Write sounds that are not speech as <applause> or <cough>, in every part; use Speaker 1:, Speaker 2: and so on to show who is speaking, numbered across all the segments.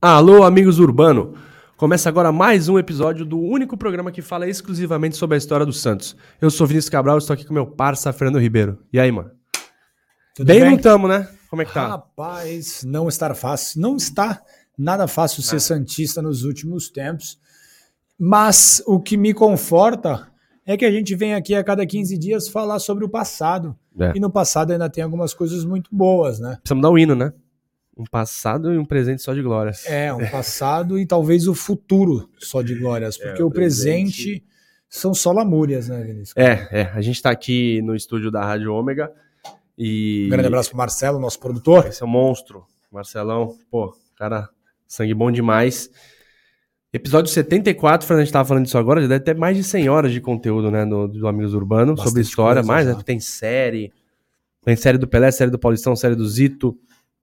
Speaker 1: Alô, amigos urbano! Começa agora mais um episódio do único programa que fala exclusivamente sobre a história do Santos. Eu sou Vinícius Cabral, estou aqui com meu parça Fernando Ribeiro. E aí, mano?
Speaker 2: Tudo Ah,
Speaker 1: bem, não tamo, né? Como é que tá?
Speaker 2: Rapaz, não estar fácil. Não está nada fácil ser Santista nos últimos tempos. Mas o que me conforta é que a gente vem aqui a cada 15 dias falar sobre o passado.
Speaker 1: É.
Speaker 2: E no passado ainda tem algumas coisas muito boas, né?
Speaker 1: Precisamos dar um hino, né? Um passado e um presente só de glórias.
Speaker 2: É, um passado e talvez o futuro só de glórias.
Speaker 1: É,
Speaker 2: Porque o presente... são só lamúrias, né, Vinícius?
Speaker 1: É, é. A gente tá aqui no estúdio da Rádio Ômega e.
Speaker 2: Um grande abraço pro Marcelo, nosso produtor.
Speaker 1: Esse é um monstro. Marcelão, pô, cara, sangue bom demais. Episódio 74, Fernando, a gente tava falando disso agora, já deve ter mais de 100 horas de conteúdo, né, do, do Amigos Urbano,
Speaker 2: Bastante
Speaker 1: sobre história,
Speaker 2: coisa,
Speaker 1: mais,
Speaker 2: já.
Speaker 1: né, tem série, tem série do Pelé, série do Paulistão, série do Zito,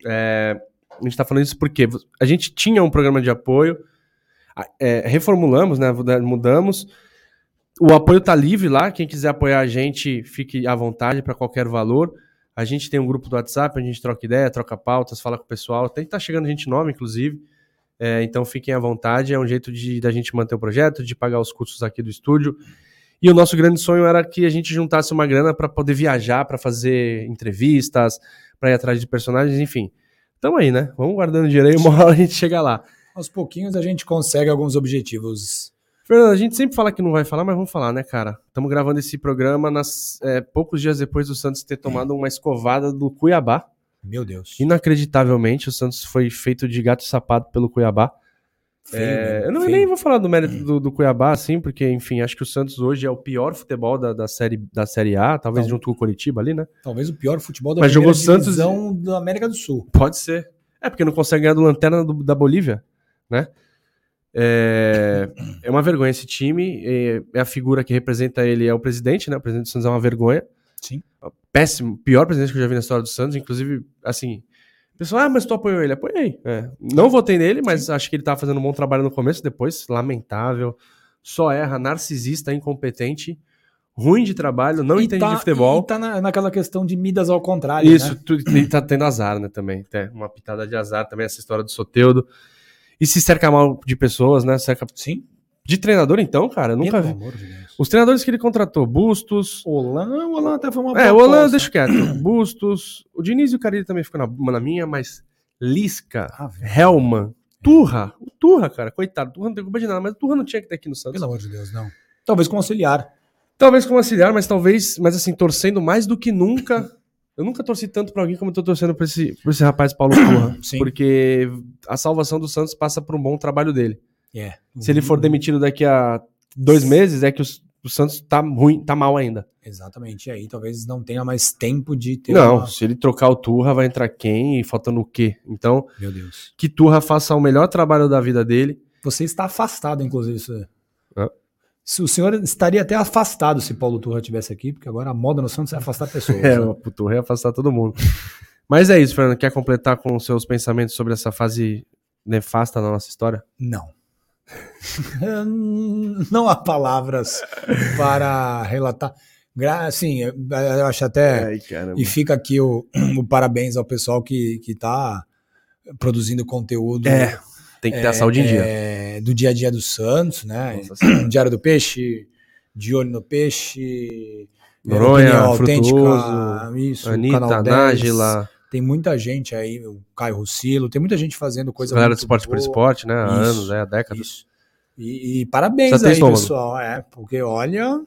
Speaker 1: é, a gente tá falando isso porque a gente tinha um programa de apoio, a- é, reformulamos, né, mudamos, o apoio tá livre lá, quem quiser apoiar a gente, fique à vontade para qualquer valor, a gente tem um grupo do WhatsApp, a gente troca ideia, troca pautas, fala com o pessoal, tem que tá chegando gente nova, inclusive, é, então fiquem à vontade, é um jeito de da gente manter o projeto, de pagar os custos aqui do estúdio. E o nosso grande sonho era que a gente juntasse uma grana para poder viajar, para fazer entrevistas, para ir atrás de personagens, enfim. Tamo aí, né? Vamos guardando dinheiro aí, uma hora a gente chega lá.
Speaker 2: Aos pouquinhos a gente consegue alguns objetivos
Speaker 1: Fernando, a gente sempre fala que não vai falar, mas vamos falar, né, cara? Estamos gravando esse programa nas, é, poucos dias depois do Santos ter tomado uma escovada do Cuiabá.
Speaker 2: Meu Deus.
Speaker 1: Inacreditavelmente, o Santos foi feito de gato e sapato pelo Cuiabá.
Speaker 2: Feio,
Speaker 1: É,
Speaker 2: né?
Speaker 1: eu não,
Speaker 2: Feio.
Speaker 1: nem vou falar do mérito do, do Cuiabá, assim, porque, enfim, acho que o Santos hoje é o pior futebol da, da, série, da série A, talvez
Speaker 2: Não.
Speaker 1: junto com o Coritiba ali, né?
Speaker 2: Talvez o pior futebol da
Speaker 1: Mas jogou
Speaker 2: primeira
Speaker 1: Santos e-
Speaker 2: divisão da América do Sul.
Speaker 1: Pode ser. É, porque não consegue ganhar do Lanterna do- da Bolívia, né? É, é uma vergonha esse time, é, é a figura que representa ele é o presidente, né? O presidente do Santos é uma vergonha.
Speaker 2: Sim.
Speaker 1: Péssimo, pior presidente que eu já vi na história do Santos, inclusive, assim... o Pessoal, ah, mas tu apoiou ele? Apoiei. É. Não votei nele, mas acho que ele tava fazendo um bom trabalho no começo, depois, lamentável. Só erra, narcisista, incompetente, ruim de trabalho, não
Speaker 2: E
Speaker 1: entende
Speaker 2: tá-
Speaker 1: de futebol.
Speaker 2: E tá na, naquela questão de Midas ao contrário.
Speaker 1: Isso,
Speaker 2: né?
Speaker 1: tu- e tá tendo azar, né, também. Tem uma pitada de azar também, essa história do Soteudo. E se cerca mal de pessoas, né? Cerca...
Speaker 2: Sim.
Speaker 1: De treinador, então, cara, eu nunca
Speaker 2: Pelo
Speaker 1: vi.
Speaker 2: amor de Deus.
Speaker 1: Os treinadores que ele contratou, Bustos.
Speaker 2: Olan, o Olan até foi uma
Speaker 1: é, o
Speaker 2: boa
Speaker 1: Holanda,
Speaker 2: aposta.
Speaker 1: deixa quieto.
Speaker 2: <clears throat>
Speaker 1: Bustos. O Diniz e o Carille também ficou na, na minha, mas Lisca,
Speaker 2: Ah, velho,
Speaker 1: Hellman, Turra. O Turra, cara, coitado. Turra não tem culpa de nada, mas o Turra não tinha que ter aqui no Santos.
Speaker 2: Pelo amor de Deus, não. Talvez conciliar.
Speaker 1: Talvez como auxiliar, mas talvez, mas assim, torcendo mais do que nunca. Eu nunca torci tanto pra alguém como eu tô torcendo pra esse, pra esse rapaz Paulo Curra.
Speaker 2: Sim.
Speaker 1: Porque a salvação do Santos passa por um bom trabalho dele.
Speaker 2: É.
Speaker 1: Se ele for demitido daqui a dois meses, é que o, o Santos tá ruim, tá mal ainda.
Speaker 2: Exatamente. E aí talvez não tenha mais tempo de ter.
Speaker 1: Não,
Speaker 2: uma-
Speaker 1: se ele trocar o Turra, vai entrar quem e faltando o quê? Então,
Speaker 2: Meu Deus.
Speaker 1: que Turra faça o melhor trabalho da vida dele.
Speaker 2: Você está afastado, inclusive. Isso... é.
Speaker 1: Hã?
Speaker 2: Se o senhor estaria até afastado se Paulo Turra tivesse aqui, porque agora a moda no Santos é afastar pessoas.
Speaker 1: <laughs> É,
Speaker 2: né?
Speaker 1: o Turra ia afastar todo mundo. <laughs> Mas é isso, Fernando. Quer completar com os seus pensamentos sobre essa fase nefasta na nossa história?
Speaker 2: Não. <laughs> não há palavras para relatar. Gra assim, eu- eu acho até.
Speaker 1: Ai, caramba.
Speaker 2: E fica aqui o, <clears throat> o parabéns ao pessoal que, que tá produzindo conteúdo
Speaker 1: É, Tem que ter a saúde em dia.
Speaker 2: é, do dia a dia do Santos, né?
Speaker 1: Nossa senhora.
Speaker 2: Diário do Peixe, De Olho no Peixe, é,
Speaker 1: Noronha,
Speaker 2: Opinião
Speaker 1: Frutuoso,
Speaker 2: isso,
Speaker 1: Anitta,
Speaker 2: Canal 10.
Speaker 1: Nájila,
Speaker 2: Tem muita gente aí, o Caio Russilo, tem muita gente fazendo coisa
Speaker 1: galera do
Speaker 2: muito
Speaker 1: esporte por
Speaker 2: boa.
Speaker 1: esporte, né? Há
Speaker 2: Isso,
Speaker 1: anos, né? Há décadas.
Speaker 2: Isso. E, e parabéns
Speaker 1: Precisa ter
Speaker 2: aí,
Speaker 1: estômago.
Speaker 2: pessoal. É, porque olha,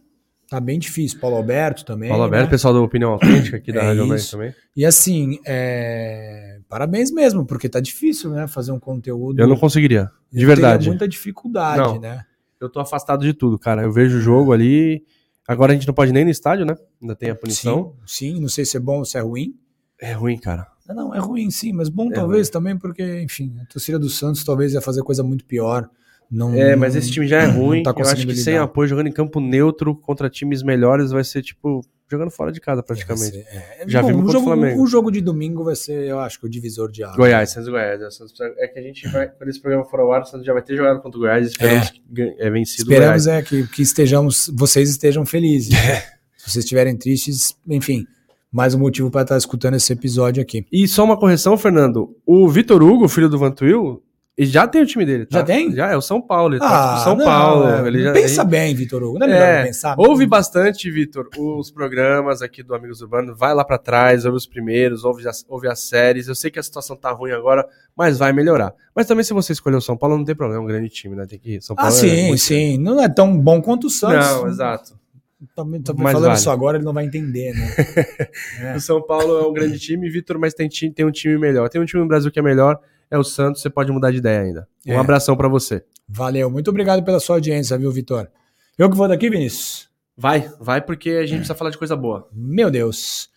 Speaker 2: tá bem difícil. Paulo Alberto também.
Speaker 1: Paulo
Speaker 2: né?
Speaker 1: Alberto, pessoal da Opinião Autêntica aqui da
Speaker 2: É
Speaker 1: Rádio Alberto
Speaker 2: isso.
Speaker 1: também.
Speaker 2: E assim, é, parabéns mesmo, porque tá difícil, né? Fazer um conteúdo.
Speaker 1: Eu não conseguiria, de
Speaker 2: Eu
Speaker 1: verdade.
Speaker 2: tenho muita dificuldade,
Speaker 1: Não.
Speaker 2: né?
Speaker 1: Eu tô afastado de tudo, cara. Eu vejo o jogo ali. Agora a gente não pode nem ir no estádio, né? Ainda tem a punição.
Speaker 2: Sim, sim, não sei se é bom ou se é ruim.
Speaker 1: É ruim, cara.
Speaker 2: Não, não, é ruim sim, mas bom
Speaker 1: É
Speaker 2: talvez também, porque, enfim, a torcida do Santos talvez ia fazer coisa muito pior. Não,
Speaker 1: É, mas esse time já é
Speaker 2: não
Speaker 1: ruim.
Speaker 2: tá
Speaker 1: eu acho
Speaker 2: conseguindo
Speaker 1: que sem
Speaker 2: lidar.
Speaker 1: apoio, jogando em campo neutro contra times melhores, vai ser tipo jogando fora de casa praticamente.
Speaker 2: Vai ser- é,
Speaker 1: Já
Speaker 2: bom,
Speaker 1: vimos
Speaker 2: o
Speaker 1: contra o
Speaker 2: jogo,
Speaker 1: Flamengo.
Speaker 2: O jogo de domingo vai ser, eu acho, que o divisor de água.
Speaker 1: Goiás, Santos e Goiás. É, Santos- é que a gente vai, quando esse programa for ao ar, o Santos já vai ter jogado contra o Goiás. Esperamos que ganhe- é É. vencido o Goiás.
Speaker 2: Esperamos é que, que estejamos, vocês estejam felizes. Se vocês estiverem tristes, enfim, mais um motivo para estar escutando esse episódio aqui.
Speaker 1: E só uma correção, Fernando. O Vitor Hugo, filho do Vantuil, E já tem o time dele, tá?
Speaker 2: Já tem?
Speaker 1: Já é o São Paulo. Ele tá, tipo, São Paulo.
Speaker 2: é,
Speaker 1: ele já,
Speaker 2: pensa
Speaker 1: ele-
Speaker 2: bem, Vitor Hugo. Não é melhor
Speaker 1: é,
Speaker 2: pensar?
Speaker 1: ouve bastante, Vitor, os programas aqui do Amigos Urbano. Vai lá pra trás, ouve os primeiros, ouve as, ouve as séries. Eu sei que a situação tá ruim agora, mas vai melhorar. Mas também se você escolher o São Paulo, não tem problema, é um grande time, né? Tem que ir. São
Speaker 2: Ah,
Speaker 1: Paulo é
Speaker 2: sim,
Speaker 1: muito-
Speaker 2: sim. Não é tão bom quanto o Santos.
Speaker 1: Não, exato.
Speaker 2: Também, tô
Speaker 1: Mas
Speaker 2: falando
Speaker 1: vale.
Speaker 2: isso agora, ele não vai entender, né? É.
Speaker 1: O São Paulo é um grande time, Vitor, mas tem, ti- tem um time melhor. Tem um time no Brasil que é melhor, é o Santos, você pode mudar de ideia ainda. Um
Speaker 2: É.
Speaker 1: abração pra você.
Speaker 2: Valeu. Muito obrigado pela sua audiência, viu, Vitor? Eu que vou daqui, Vinícius?
Speaker 1: Vai, vai, porque a gente precisa falar de coisa boa.
Speaker 2: Meu Deus.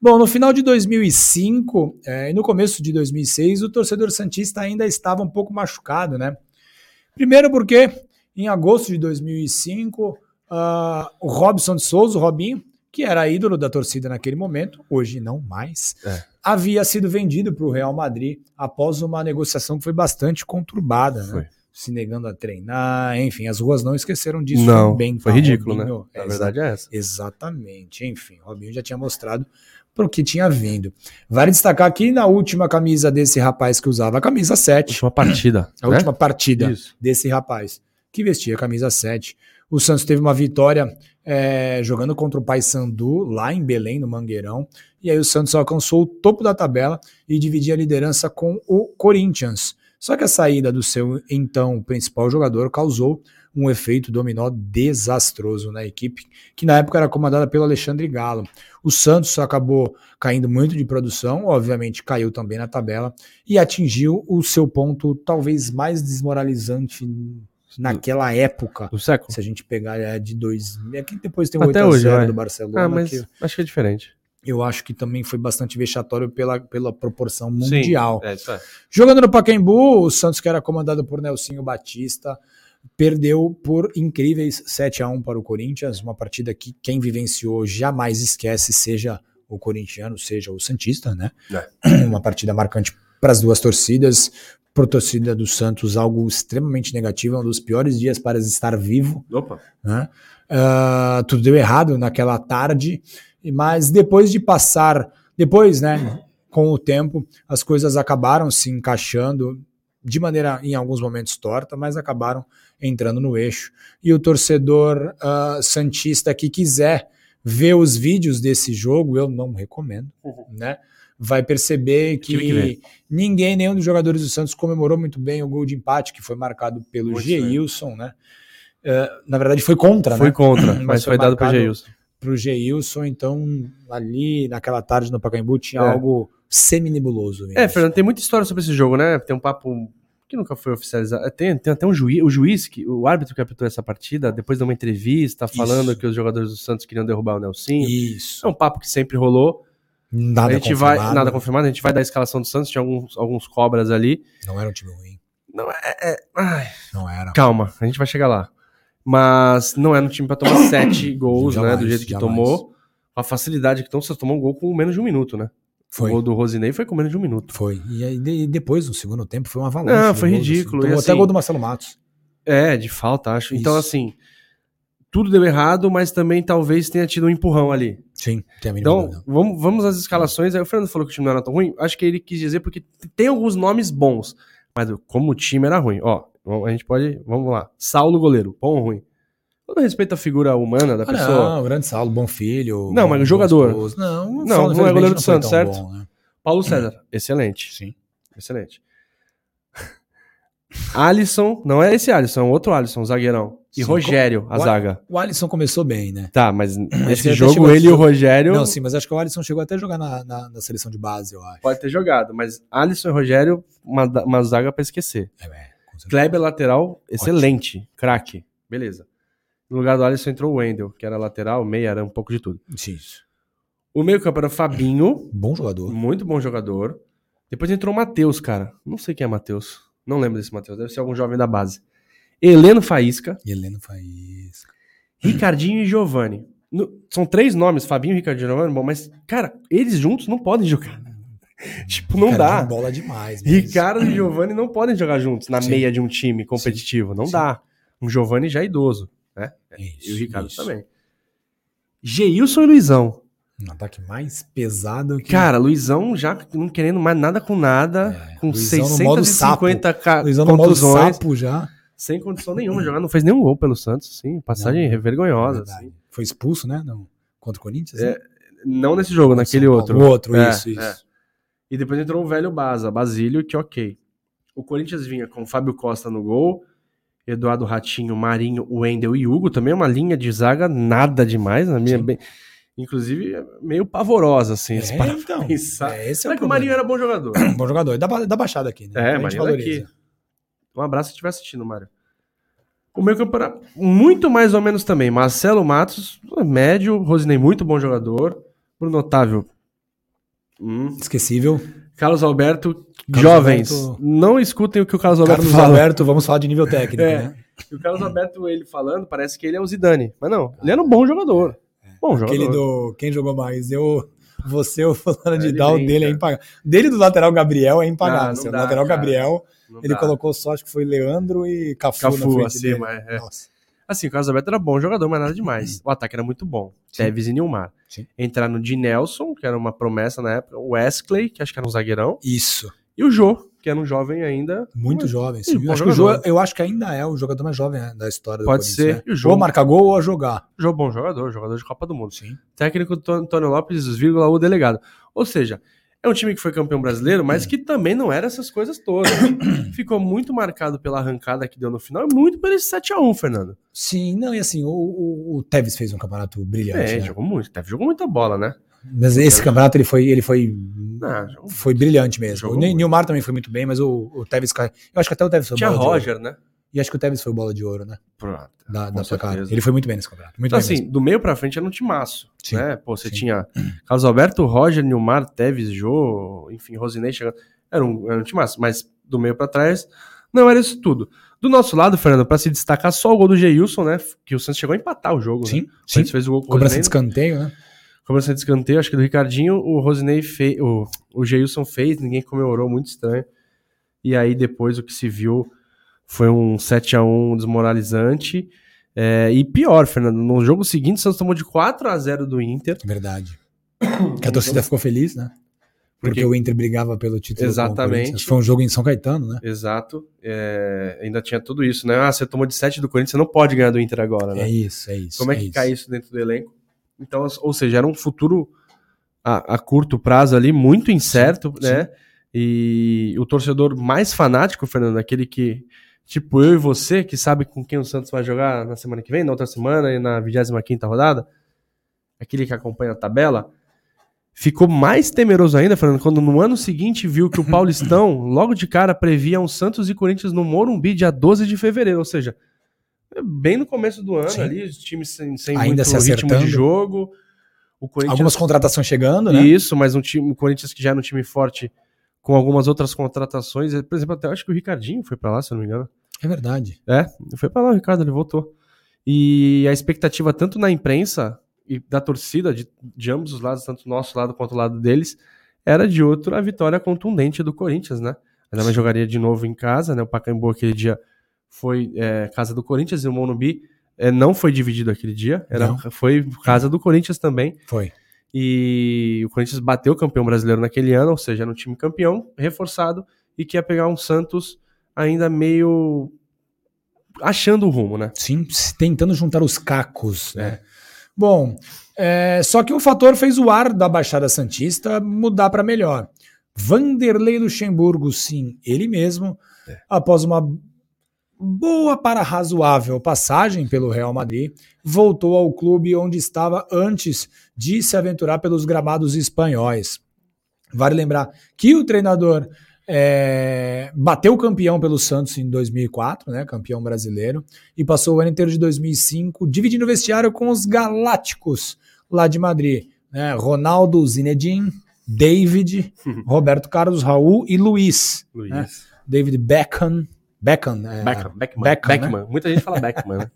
Speaker 2: Bom, no final de 2005 eh, e no começo de 2006, o torcedor Santista ainda estava um pouco machucado, né? Primeiro porque em agosto de 2005, ah, o Robson de Souza, o Robinho, que era ídolo da torcida naquele momento, hoje não mais,
Speaker 1: É.
Speaker 2: havia sido vendido para o Real Madrid após uma negociação que foi bastante conturbada, né?
Speaker 1: Foi.
Speaker 2: Se negando a treinar, enfim, as ruas não esqueceram disso
Speaker 1: Não,
Speaker 2: também.
Speaker 1: foi
Speaker 2: tá?
Speaker 1: ridículo, né?
Speaker 2: Robinho,
Speaker 1: Na
Speaker 2: é,
Speaker 1: verdade é essa.
Speaker 2: Exatamente. Enfim, o Robinho já tinha mostrado para o que tinha vindo. Vale destacar que na última camisa desse rapaz que usava a camisa 7,
Speaker 1: Última partida.
Speaker 2: a última partida
Speaker 1: Né? Isso.
Speaker 2: desse rapaz que vestia a camisa 7. O Santos teve uma vitória eh, jogando contra o Paysandu lá em Belém, no Mangueirão. E aí o Santos alcançou o topo da tabela e dividia a liderança com o Corinthians. Só que a saída do seu então principal jogador causou um efeito dominó desastroso na equipe, que na época era comandada pelo Alexandre Galo. O Santos acabou caindo muito de produção, obviamente caiu também na tabela e atingiu o seu ponto talvez mais desmoralizante naquela época.
Speaker 1: Do século?
Speaker 2: Se a gente pegar é de dois. É que depois tem o
Speaker 1: Até
Speaker 2: 8 a
Speaker 1: hoje,
Speaker 2: 0
Speaker 1: vai.
Speaker 2: do Barcelona,
Speaker 1: Ah, mas
Speaker 2: que
Speaker 1: acho que é diferente.
Speaker 2: eu acho que também foi bastante vexatório pela, pela proporção mundial.
Speaker 1: É, isso é.
Speaker 2: Jogando no Pacaembu, o Santos, que era comandado por Nelsinho Batista, perdeu por incríveis 7 a 1 para o Corinthians, uma partida que quem vivenciou jamais esquece, seja o corintiano, seja o santista, né? <clears throat> Uma partida marcante para as duas torcidas, para a torcida do Santos, algo extremamente negativo, é um dos piores dias para estar vivo
Speaker 1: Opa.
Speaker 2: né? Ah, tudo deu errado naquela tarde, mas depois de passar, depois, né, com o tempo, as coisas acabaram se encaixando de maneira, em alguns momentos, torta, mas acabaram entrando no eixo. E o torcedor ah, santista que quiser ver os vídeos desse jogo, eu não recomendo, né? Vai perceber que,
Speaker 1: Uhum. Tive que ver.
Speaker 2: ninguém, nenhum dos jogadores do Santos comemorou muito bem o gol de empate que foi marcado pelo
Speaker 1: Muito estranho.
Speaker 2: Geilson, né? Eh, na verdade, foi contra,
Speaker 1: Foi
Speaker 2: né?
Speaker 1: contra, mas,
Speaker 2: Mas
Speaker 1: foi
Speaker 2: foi
Speaker 1: dado pro
Speaker 2: marcado-
Speaker 1: Geilson.
Speaker 2: Pro Geilson, então, ali naquela tarde no Pacaembu tinha
Speaker 1: É.
Speaker 2: algo semi-nebuloso.
Speaker 1: É,
Speaker 2: Vinícius.
Speaker 1: Fernando, tem muita história sobre esse jogo, né? Tem um papo que nunca foi oficializado. É, Tem, tem até um juiz, o juiz, que, o árbitro que apitou essa partida, depois de uma entrevista, falando
Speaker 2: Isso.
Speaker 1: que os jogadores do Santos queriam derrubar o Nelsinho.
Speaker 2: Isso.
Speaker 1: É um papo que sempre rolou.
Speaker 2: Nada
Speaker 1: a gente vai.
Speaker 2: confirmado,
Speaker 1: Nada confirmado, a gente vai dar a escalação do Santos, tinha alguns, alguns cobras ali.
Speaker 2: Não era um time ruim.
Speaker 1: Não é. é- ai,
Speaker 2: Não era.
Speaker 1: calma, a gente vai chegar lá. Mas não é no time pra
Speaker 2: <coughs>
Speaker 1: tomar sete gols, né?
Speaker 2: Jamais,
Speaker 1: Do jeito que
Speaker 2: jamais.
Speaker 1: tomou. A facilidade que tomou, você tomou um gol com menos de um minuto, né?
Speaker 2: Foi.
Speaker 1: O gol do Rosinei foi com menos de um minuto.
Speaker 2: Foi. E aí, de- e depois, no segundo tempo, foi uma avalanche.
Speaker 1: Não,
Speaker 2: de
Speaker 1: foi
Speaker 2: gols, assim.
Speaker 1: ridículo, e
Speaker 2: Tomou
Speaker 1: assim-
Speaker 2: até gol do Marcelo Matos.
Speaker 1: É, de falta, acho. Então,
Speaker 2: Isso.
Speaker 1: assim, tudo deu errado, mas também talvez tenha tido um empurrão ali.
Speaker 2: Sim, tem a mínima
Speaker 1: Então,
Speaker 2: dúvida.
Speaker 1: vamos, vamos às escalações. Aí o Fernando falou que o time não era tão ruim. Acho que ele quis dizer porque tem alguns nomes bons, mas como o time era ruim. Ó, vamos- a gente pode. Vamos lá. Saulo, goleiro. Bom ou ruim? Todo respeito à figura humana da
Speaker 2: Ah,
Speaker 1: pessoa.
Speaker 2: não, o grande Saulo, bom filho.
Speaker 1: Não, mas
Speaker 2: bom-
Speaker 1: o jogador.
Speaker 2: bons gols. Não, o
Speaker 1: Não,
Speaker 2: Saulo,
Speaker 1: não é
Speaker 2: infelizmente,
Speaker 1: goleiro do
Speaker 2: foi
Speaker 1: Santos,
Speaker 2: tão
Speaker 1: certo?
Speaker 2: bom, né?
Speaker 1: Paulo César. Excelente.
Speaker 2: Sim.
Speaker 1: Excelente. Alisson. Não é esse Alisson, é um outro Alisson, zagueirão. E
Speaker 2: Sim,
Speaker 1: Rogério, a
Speaker 2: qual-
Speaker 1: zaga.
Speaker 2: O Alisson começou bem, né?
Speaker 1: Tá, mas esse
Speaker 2: até
Speaker 1: jogo,
Speaker 2: chegou-
Speaker 1: ele e o Rogério.
Speaker 2: Não, sim, mas acho que o Alisson chegou até a jogar na, na- na seleção de base, eu acho.
Speaker 1: Pode ter jogado, mas Alisson e Rogério, uma, da- uma zaga pra esquecer.
Speaker 2: É, é, com certeza.
Speaker 1: Kleber, lateral, excelente, craque, beleza. No lugar do Alisson entrou o Wendel, que era lateral, meia, era um pouco de tudo.
Speaker 2: Isso.
Speaker 1: O meio campo era o Fabinho,
Speaker 2: Bom jogador.
Speaker 1: muito bom jogador. Depois entrou o Matheus, cara. Não sei quem é Matheus. Não lembro desse Matheus, deve ser algum jovem da base. Heleno Faísca,
Speaker 2: E Heleno Faísca.
Speaker 1: Ricardinho e Giovanni. No- são três nomes, Fabinho, Ricardinho e Giovanni, bom, mas, cara, eles juntos não podem jogar. <laughs> tipo, não
Speaker 2: Cara,
Speaker 1: dá.
Speaker 2: de é bola demais. né? mas-
Speaker 1: Ricardo e Giovanni não podem jogar juntos na
Speaker 2: Sim.
Speaker 1: meia de um time competitivo. Não
Speaker 2: Sim.
Speaker 1: dá. Um Giovanni já é idoso.
Speaker 2: Isso,
Speaker 1: E o Ricardo
Speaker 2: isso.
Speaker 1: também. Geilson e Luizão.
Speaker 2: Um ataque mais pesado que.
Speaker 1: Cara, Luizão já não querendo mais nada com nada,
Speaker 2: É,
Speaker 1: com
Speaker 2: Luizão no modo sapo.
Speaker 1: 650 ca-
Speaker 2: Luizão no modo
Speaker 1: contusões,
Speaker 2: sapo já.
Speaker 1: sem condição nenhuma de jogar, não fez nenhum gol pelo Santos, sim, passagem vergonhosa.
Speaker 2: Verdade.
Speaker 1: assim.
Speaker 2: Foi expulso, né? Não. Contra o Corinthians?
Speaker 1: É,
Speaker 2: né?
Speaker 1: Não nesse jogo, naquele
Speaker 2: São Paulo.
Speaker 1: outro.
Speaker 2: O outro,
Speaker 1: É,
Speaker 2: isso, isso.
Speaker 1: é. E depois entrou o velho Baza, Basílio, que ok. O Corinthians vinha com Fábio Costa no gol, Eduardo Ratinho, Marinho, Wendel e Hugo, também uma linha de zaga nada demais, na minha
Speaker 2: Sim.
Speaker 1: bem- inclusive é meio pavorosa assim, se
Speaker 2: É,
Speaker 1: parar pra
Speaker 2: então.
Speaker 1: pensar.
Speaker 2: É, esse é
Speaker 1: Será
Speaker 2: o,
Speaker 1: que o Marinho
Speaker 2: problema.
Speaker 1: era bom jogador?
Speaker 2: Bom jogador. É Da, ba- da baixada aqui, né?
Speaker 1: É,
Speaker 2: A gente
Speaker 1: Marinho
Speaker 2: valoriza.
Speaker 1: daqui. Um abraço se estiver assistindo, Mário. O meu campo era muito mais ou menos também. Marcelo Matos, médio, Rosinei, muito bom jogador. Bruno Otávio. hum.
Speaker 2: Esquecível.
Speaker 1: Carlos Alberto,
Speaker 2: Carlos
Speaker 1: jovens, Tá
Speaker 2: Alberto-
Speaker 1: não escutem o que o Carlos Alberto
Speaker 2: Carlos
Speaker 1: fala.
Speaker 2: Alberto, vamos falar de nível técnico,
Speaker 1: É.
Speaker 2: né?
Speaker 1: E o Carlos Alberto, ele falando, parece que ele é o Zidane. Mas não, ele era um bom jogador. Bom jogador.
Speaker 2: É. Aquele do. Quem jogou mais? Eu. Você, o fulano de
Speaker 1: Ele
Speaker 2: Dal,
Speaker 1: bem,
Speaker 2: dele é
Speaker 1: cara.
Speaker 2: impagável. Dele do lateral Gabriel é
Speaker 1: Ah,
Speaker 2: impagável.
Speaker 1: não
Speaker 2: seu
Speaker 1: dá,
Speaker 2: lateral
Speaker 1: cara.
Speaker 2: Gabriel,
Speaker 1: Não
Speaker 2: ele
Speaker 1: dá.
Speaker 2: colocou só, acho que foi Leandro e Cafu, na
Speaker 1: Cafu
Speaker 2: frente
Speaker 1: acima.
Speaker 2: dele.
Speaker 1: É. é.
Speaker 2: Nossa.
Speaker 1: Assim, o Carlos Alberto era bom jogador, mas nada demais. O ataque era muito bom.
Speaker 2: Sim.
Speaker 1: Tevez e Nilmar.
Speaker 2: Sim.
Speaker 1: Entrar no Di Nelson, que era uma promessa na época. O Wesley, que acho que era um zagueirão.
Speaker 2: Isso.
Speaker 1: E o Jô, que era um jovem ainda.
Speaker 2: Muito
Speaker 1: Mas
Speaker 2: jovem,
Speaker 1: sim,
Speaker 2: sim.
Speaker 1: bom
Speaker 2: Acho que o Jô-
Speaker 1: jogador. né?
Speaker 2: eu acho que ainda é o jogador mais jovem da história do
Speaker 1: Pode
Speaker 2: Corinthians,
Speaker 1: ser.
Speaker 2: né?
Speaker 1: E o Jô-
Speaker 2: Ou a marcar gol ou a jogar.
Speaker 1: Jô, bom jogador, jogador de Copa do Mundo.
Speaker 2: Sim.
Speaker 1: Técnico Tô- Antônio Lopes, vírgula, o delegado. Ou seja, é um time que foi campeão brasileiro,
Speaker 2: É.
Speaker 1: mas que também não era essas coisas
Speaker 2: <coughs>
Speaker 1: todas. Ficou muito marcado pela arrancada que deu no final e muito por esse 7x1, Fernando.
Speaker 2: Sim, não, e assim, o, o, o Tevez fez um campeonato brilhante.
Speaker 1: É,
Speaker 2: né?
Speaker 1: jogou muito. Teve, jogou muita bola, né? Ah,
Speaker 2: Mas esse campeonato ele foi, ele foi,
Speaker 1: Não, jogou-
Speaker 2: foi brilhante mesmo.
Speaker 1: Jogou
Speaker 2: O Ne-
Speaker 1: muito.
Speaker 2: Neymar também foi muito bem, mas o, o Tevez. ca- Eu acho que até o Tevez foi
Speaker 1: Tinha
Speaker 2: bola de ouro.
Speaker 1: Roger, né?
Speaker 2: E acho que o Tevez foi bola de ouro, né?
Speaker 1: Pronto.
Speaker 2: Da,
Speaker 1: Com
Speaker 2: da placada.
Speaker 1: certeza.
Speaker 2: Ele foi muito bem nesse campeonato. Muito
Speaker 1: Então,
Speaker 2: bem
Speaker 1: assim,
Speaker 2: mesmo.
Speaker 1: do meio pra frente era um timaço,
Speaker 2: Sim,
Speaker 1: né? Pô, você
Speaker 2: sim. <clears throat>
Speaker 1: tinha Carlos Alberto, Roger, Nilmar, Tevez, Jô, enfim, Rosinei chegando. Era um, era um timaço, mas do meio pra trás não era isso tudo. Do nosso lado, Fernando, pra se destacar, só o gol do Geilson, né? Que o Santos chegou a empatar o jogo. né?
Speaker 2: Sim,
Speaker 1: O
Speaker 2: sim.
Speaker 1: Santos fez o gol com o
Speaker 2: Cobrança
Speaker 1: Rosinei.
Speaker 2: de escanteio, né?
Speaker 1: Cobrança de escanteio, acho que do Ricardinho, o Rosinei fez, o, o Geilson fez, ninguém comemorou, muito estranho. E aí depois o que se viu foi um 7 a 1 desmoralizante. É, e pior, Fernando, no jogo seguinte o Santos tomou de 4 a 0 do Inter.
Speaker 2: Verdade. Que a torcida ficou feliz, né? Porque,
Speaker 1: Então Porque-
Speaker 2: o Inter brigava pelo título. com o
Speaker 1: Exatamente.
Speaker 2: Corinthians. Foi um jogo em São Caetano, né?
Speaker 1: Exato. É, ainda tinha tudo isso, né? Ah, você tomou de 7 do Corinthians, você não pode ganhar do Inter agora, né?
Speaker 2: É isso, é isso.
Speaker 1: Como é que
Speaker 2: isso.
Speaker 1: cai isso dentro do elenco? Então, ou seja, era um futuro a, a curto prazo ali muito incerto,
Speaker 2: sim.
Speaker 1: né? E o torcedor mais fanático, Fernando, aquele que, tipo eu e você, que sabe com quem o Santos vai jogar na semana que vem, na outra semana e na 25ª rodada, aquele que acompanha a tabela, ficou mais temeroso ainda, Fernando, quando no ano seguinte viu que o
Speaker 2: <laughs>
Speaker 1: Paulistão, logo de cara, previa um Santos e Corinthians no Morumbi dia 12 de fevereiro, ou seja, bem no começo do ano
Speaker 2: Sim.
Speaker 1: ali, os times sem, sem muito
Speaker 2: Ainda se
Speaker 1: ritmo de
Speaker 2: acertando.
Speaker 1: jogo, o Corinthians
Speaker 2: Algumas contratações chegando, né?
Speaker 1: isso, mas um time, o Corinthians que já era um time forte com algumas outras contratações. Por exemplo, até acho que o Ricardinho foi pra lá, se eu não me engano.
Speaker 2: É verdade.
Speaker 1: É, foi pra lá o Ricardo, ele voltou. E a expectativa tanto na imprensa e da torcida, de, de ambos os lados, tanto do nosso lado quanto do lado deles, era de outra vitória contundente do Corinthians, né? Ainda mais jogaria de novo em casa, né? O Pacaembu aquele dia foi é, casa do Corinthians e o Monubi é, não foi dividido aquele dia, era,
Speaker 2: Não.
Speaker 1: foi casa do Corinthians também.
Speaker 2: Foi.
Speaker 1: E o Corinthians bateu o campeão brasileiro naquele ano, ou seja, era um time campeão, reforçado, e que ia pegar um Santos ainda meio achando o rumo, né?
Speaker 2: Sim, se tentando juntar os cacos, né? Bom, é, só que um fator fez o ar da Baixada Santista mudar para melhor. Vanderlei Luxemburgo, sim, ele mesmo, após uma boa para razoável passagem pelo Real Madrid, voltou ao clube onde estava antes de se aventurar pelos gramados espanhóis. Vale lembrar que o treinador é, bateu campeão pelo Santos em 2004, né, campeão brasileiro, e passou o ano inteiro de 2005 dividindo o vestiário com os Galácticos lá de Madrid. Né, Ronaldo, Zinedine, David,
Speaker 1: <laughs>
Speaker 2: Roberto Carlos, Raul e Luiz. né, David Beckham. Beckham, é,
Speaker 1: Beckman, Beckman,
Speaker 2: Beckham, né?
Speaker 1: Muita gente fala Beckman,
Speaker 2: <laughs>
Speaker 1: né?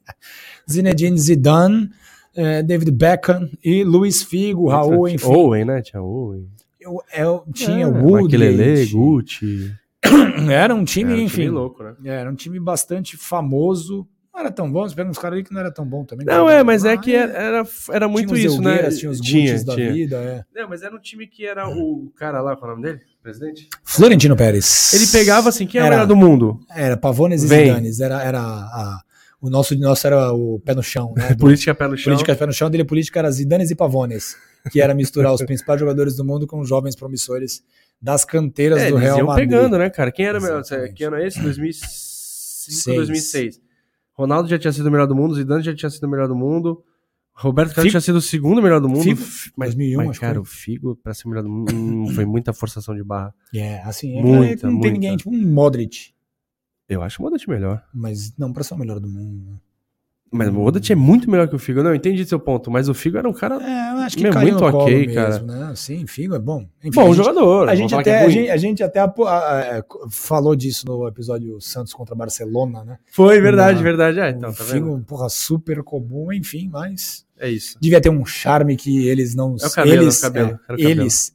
Speaker 2: Zinedine Zidane, eh, David Beckham e Luiz Figo, Raul, enfim.
Speaker 1: Owen, né? Tinha Owen.
Speaker 2: Eu- eu-
Speaker 1: É,
Speaker 2: tinha o Wood,
Speaker 1: Maquilele, Gucci.
Speaker 2: <clears throat> Era um time,
Speaker 1: Era um
Speaker 2: enfim. É,
Speaker 1: louco, né?
Speaker 2: era um time bastante famoso. Não era tão bom, você pega uns caras ali que não era tão bom também.
Speaker 1: Não,
Speaker 2: que
Speaker 1: é,
Speaker 2: era-
Speaker 1: mas é
Speaker 2: Ah,
Speaker 1: que era, era, era muito
Speaker 2: tinha os
Speaker 1: isso, né?
Speaker 2: Elgueiras, Tinha os Gucci's da vida, é.
Speaker 1: Não, mas era um time que era o cara lá, qual é o nome dele? Presidente?
Speaker 2: Florentino Pérez.
Speaker 1: Ele pegava assim, quem é o
Speaker 2: Era.
Speaker 1: melhor do mundo?
Speaker 2: Era Pavones e
Speaker 1: Vem.
Speaker 2: Zidanes. Era, era a- o nosso de nosso era o pé no chão, né? Do-
Speaker 1: Política pé no chão.
Speaker 2: <laughs> política pé no chão dele, política era Zidanes e Pavones, que era misturar os <laughs> principais jogadores do mundo com jovens promissores das canteiras
Speaker 1: É,
Speaker 2: do
Speaker 1: eles
Speaker 2: Real
Speaker 1: iam
Speaker 2: Madrid.
Speaker 1: pegando, né, cara? Quem era o melhor?
Speaker 2: Exatamente.
Speaker 1: Que ano é esse? 2005,
Speaker 2: Seis.
Speaker 1: 2006. Ronaldo já tinha sido o melhor do mundo, Zidane já tinha sido o melhor do mundo, Roberto Carlos
Speaker 2: Figo-
Speaker 1: tinha sido o segundo melhor do mundo.
Speaker 2: Figo,
Speaker 1: F- mas,
Speaker 2: 2001,
Speaker 1: mas,
Speaker 2: acho que
Speaker 1: cara,
Speaker 2: foi.
Speaker 1: o Figo, pra ser o melhor do mundo,
Speaker 2: <coughs>
Speaker 1: hum, foi muita forçação de barra.
Speaker 2: É, assim, é,
Speaker 1: Muita,
Speaker 2: não
Speaker 1: muita.
Speaker 2: tem ninguém, tipo um Modric,
Speaker 1: Eu acho o Modric melhor.
Speaker 2: mas não pra ser o melhor do mundo. né?
Speaker 1: Mas o Modric é muito melhor que o Figo. Não, eu entendi seu ponto, mas o Figo era um cara...
Speaker 2: É, eu acho que
Speaker 1: Meu,
Speaker 2: caiu
Speaker 1: muito
Speaker 2: no colo
Speaker 1: ok,
Speaker 2: mesmo,
Speaker 1: cara.
Speaker 2: né? Sim, Figo é bom. Enfim,
Speaker 1: Bom
Speaker 2: a gente-
Speaker 1: jogador.
Speaker 2: A
Speaker 1: não
Speaker 2: gente,
Speaker 1: vou falar que é
Speaker 2: até, a,
Speaker 1: ruim.
Speaker 2: gente, a gente até apo- a- a- é, co- falou disso no episódio Santos contra Barcelona, né?
Speaker 1: Foi, verdade,
Speaker 2: Não.
Speaker 1: verdade. Ah, então, tá
Speaker 2: Figo,
Speaker 1: vendo?
Speaker 2: Um porra, super comum, enfim, mas
Speaker 1: É isso.
Speaker 2: devia ter um charme que eles não.
Speaker 1: É o cabelo, é o
Speaker 2: eles,
Speaker 1: cabelo, era o cabelo.
Speaker 2: eles,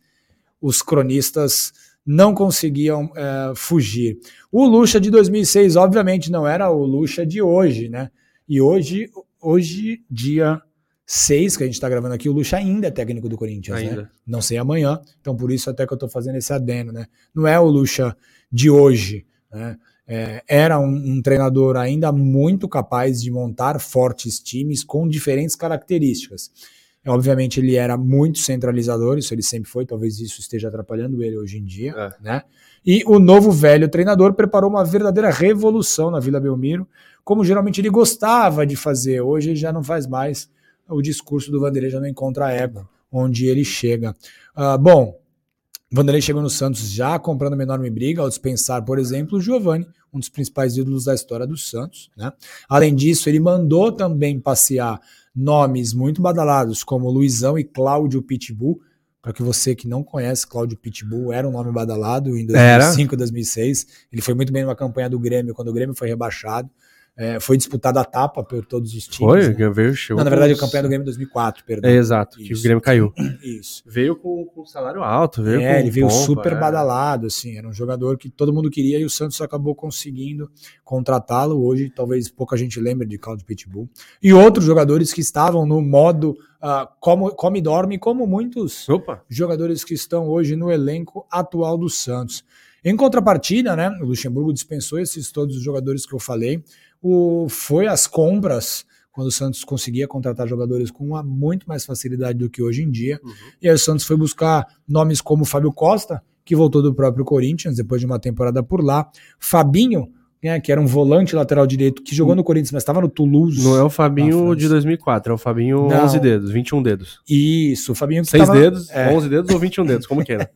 Speaker 2: os cronistas, não conseguiam é, fugir. O Lucha de 2006, obviamente, não era o Lucha de hoje, né? E hoje, hoje dia 6, que a gente está gravando aqui, o Lucha ainda é técnico do Corinthians, né?
Speaker 1: Ainda.
Speaker 2: Não sei amanhã, então por isso até que eu tô fazendo esse adendo, né? Não é o Lucha de hoje, né? É, era um, um treinador ainda muito capaz de montar fortes times com diferentes características. É, Obviamente ele era muito centralizador, isso ele sempre foi, talvez isso esteja atrapalhando ele hoje em dia,
Speaker 1: É.
Speaker 2: né? E o novo velho treinador preparou uma verdadeira revolução na Vila Belmiro, como geralmente ele gostava de fazer. Hoje ele já não faz mais o discurso do Vanderlei já não encontra eco onde ele chega. Ah, bom, Vanderlei chegou no Santos já comprando uma enorme briga ao dispensar, por exemplo, o Giovani, um dos principais ídolos da história do Santos. Né? Além disso, ele mandou também passear nomes muito badalados como Luizão e Cláudio Pitbull. Para que você que não conhece, Cláudio Pitbull era um nome badalado em
Speaker 1: Era.
Speaker 2: 2005, 2006. Ele foi muito bem numa campanha do Grêmio, quando o Grêmio foi rebaixado. Eh, foi disputada a tapa por todos os times.
Speaker 1: Foi,
Speaker 2: né?
Speaker 1: veio, chegou.
Speaker 2: Não, na verdade, o
Speaker 1: com-
Speaker 2: campeão do Grêmio 2004, perdão.
Speaker 1: É, exato, que o
Speaker 2: Isso.
Speaker 1: Grêmio caiu.
Speaker 2: Isso.
Speaker 1: Veio com, com salário alto, veio com
Speaker 2: É, ele veio
Speaker 1: pompa,
Speaker 2: super
Speaker 1: é.
Speaker 2: badalado, assim, era um jogador que todo mundo queria e o Santos acabou conseguindo contratá-lo. Hoje, talvez pouca gente lembre de Claudio Pitbull. E outros jogadores que estavam no modo ah, como, come e dorme, como muitos
Speaker 1: Opa!
Speaker 2: jogadores que estão hoje no elenco atual do Santos. Em contrapartida, né, o Luxemburgo dispensou esses todos os jogadores que eu falei. O, foi às compras quando o Santos conseguia contratar jogadores com uma muito mais facilidade do que hoje em dia.
Speaker 1: Uhum.
Speaker 2: E aí o Santos foi buscar nomes como Fábio Costa, que voltou do próprio Corinthians depois de uma temporada por lá. Fabinho, né, que era um volante lateral direito que jogou no Corinthians, mas estava no Toulouse.
Speaker 1: Uhum. Não é o
Speaker 2: Na
Speaker 1: Fabinho
Speaker 2: França.
Speaker 1: de 2004, é o Fabinho
Speaker 2: Não.
Speaker 1: 11 dedos, 21 dedos.
Speaker 2: Isso, o Fabinho que
Speaker 1: 6
Speaker 2: tava-
Speaker 1: dedos,
Speaker 2: é.
Speaker 1: 11 dedos ou 21 dedos, como queira.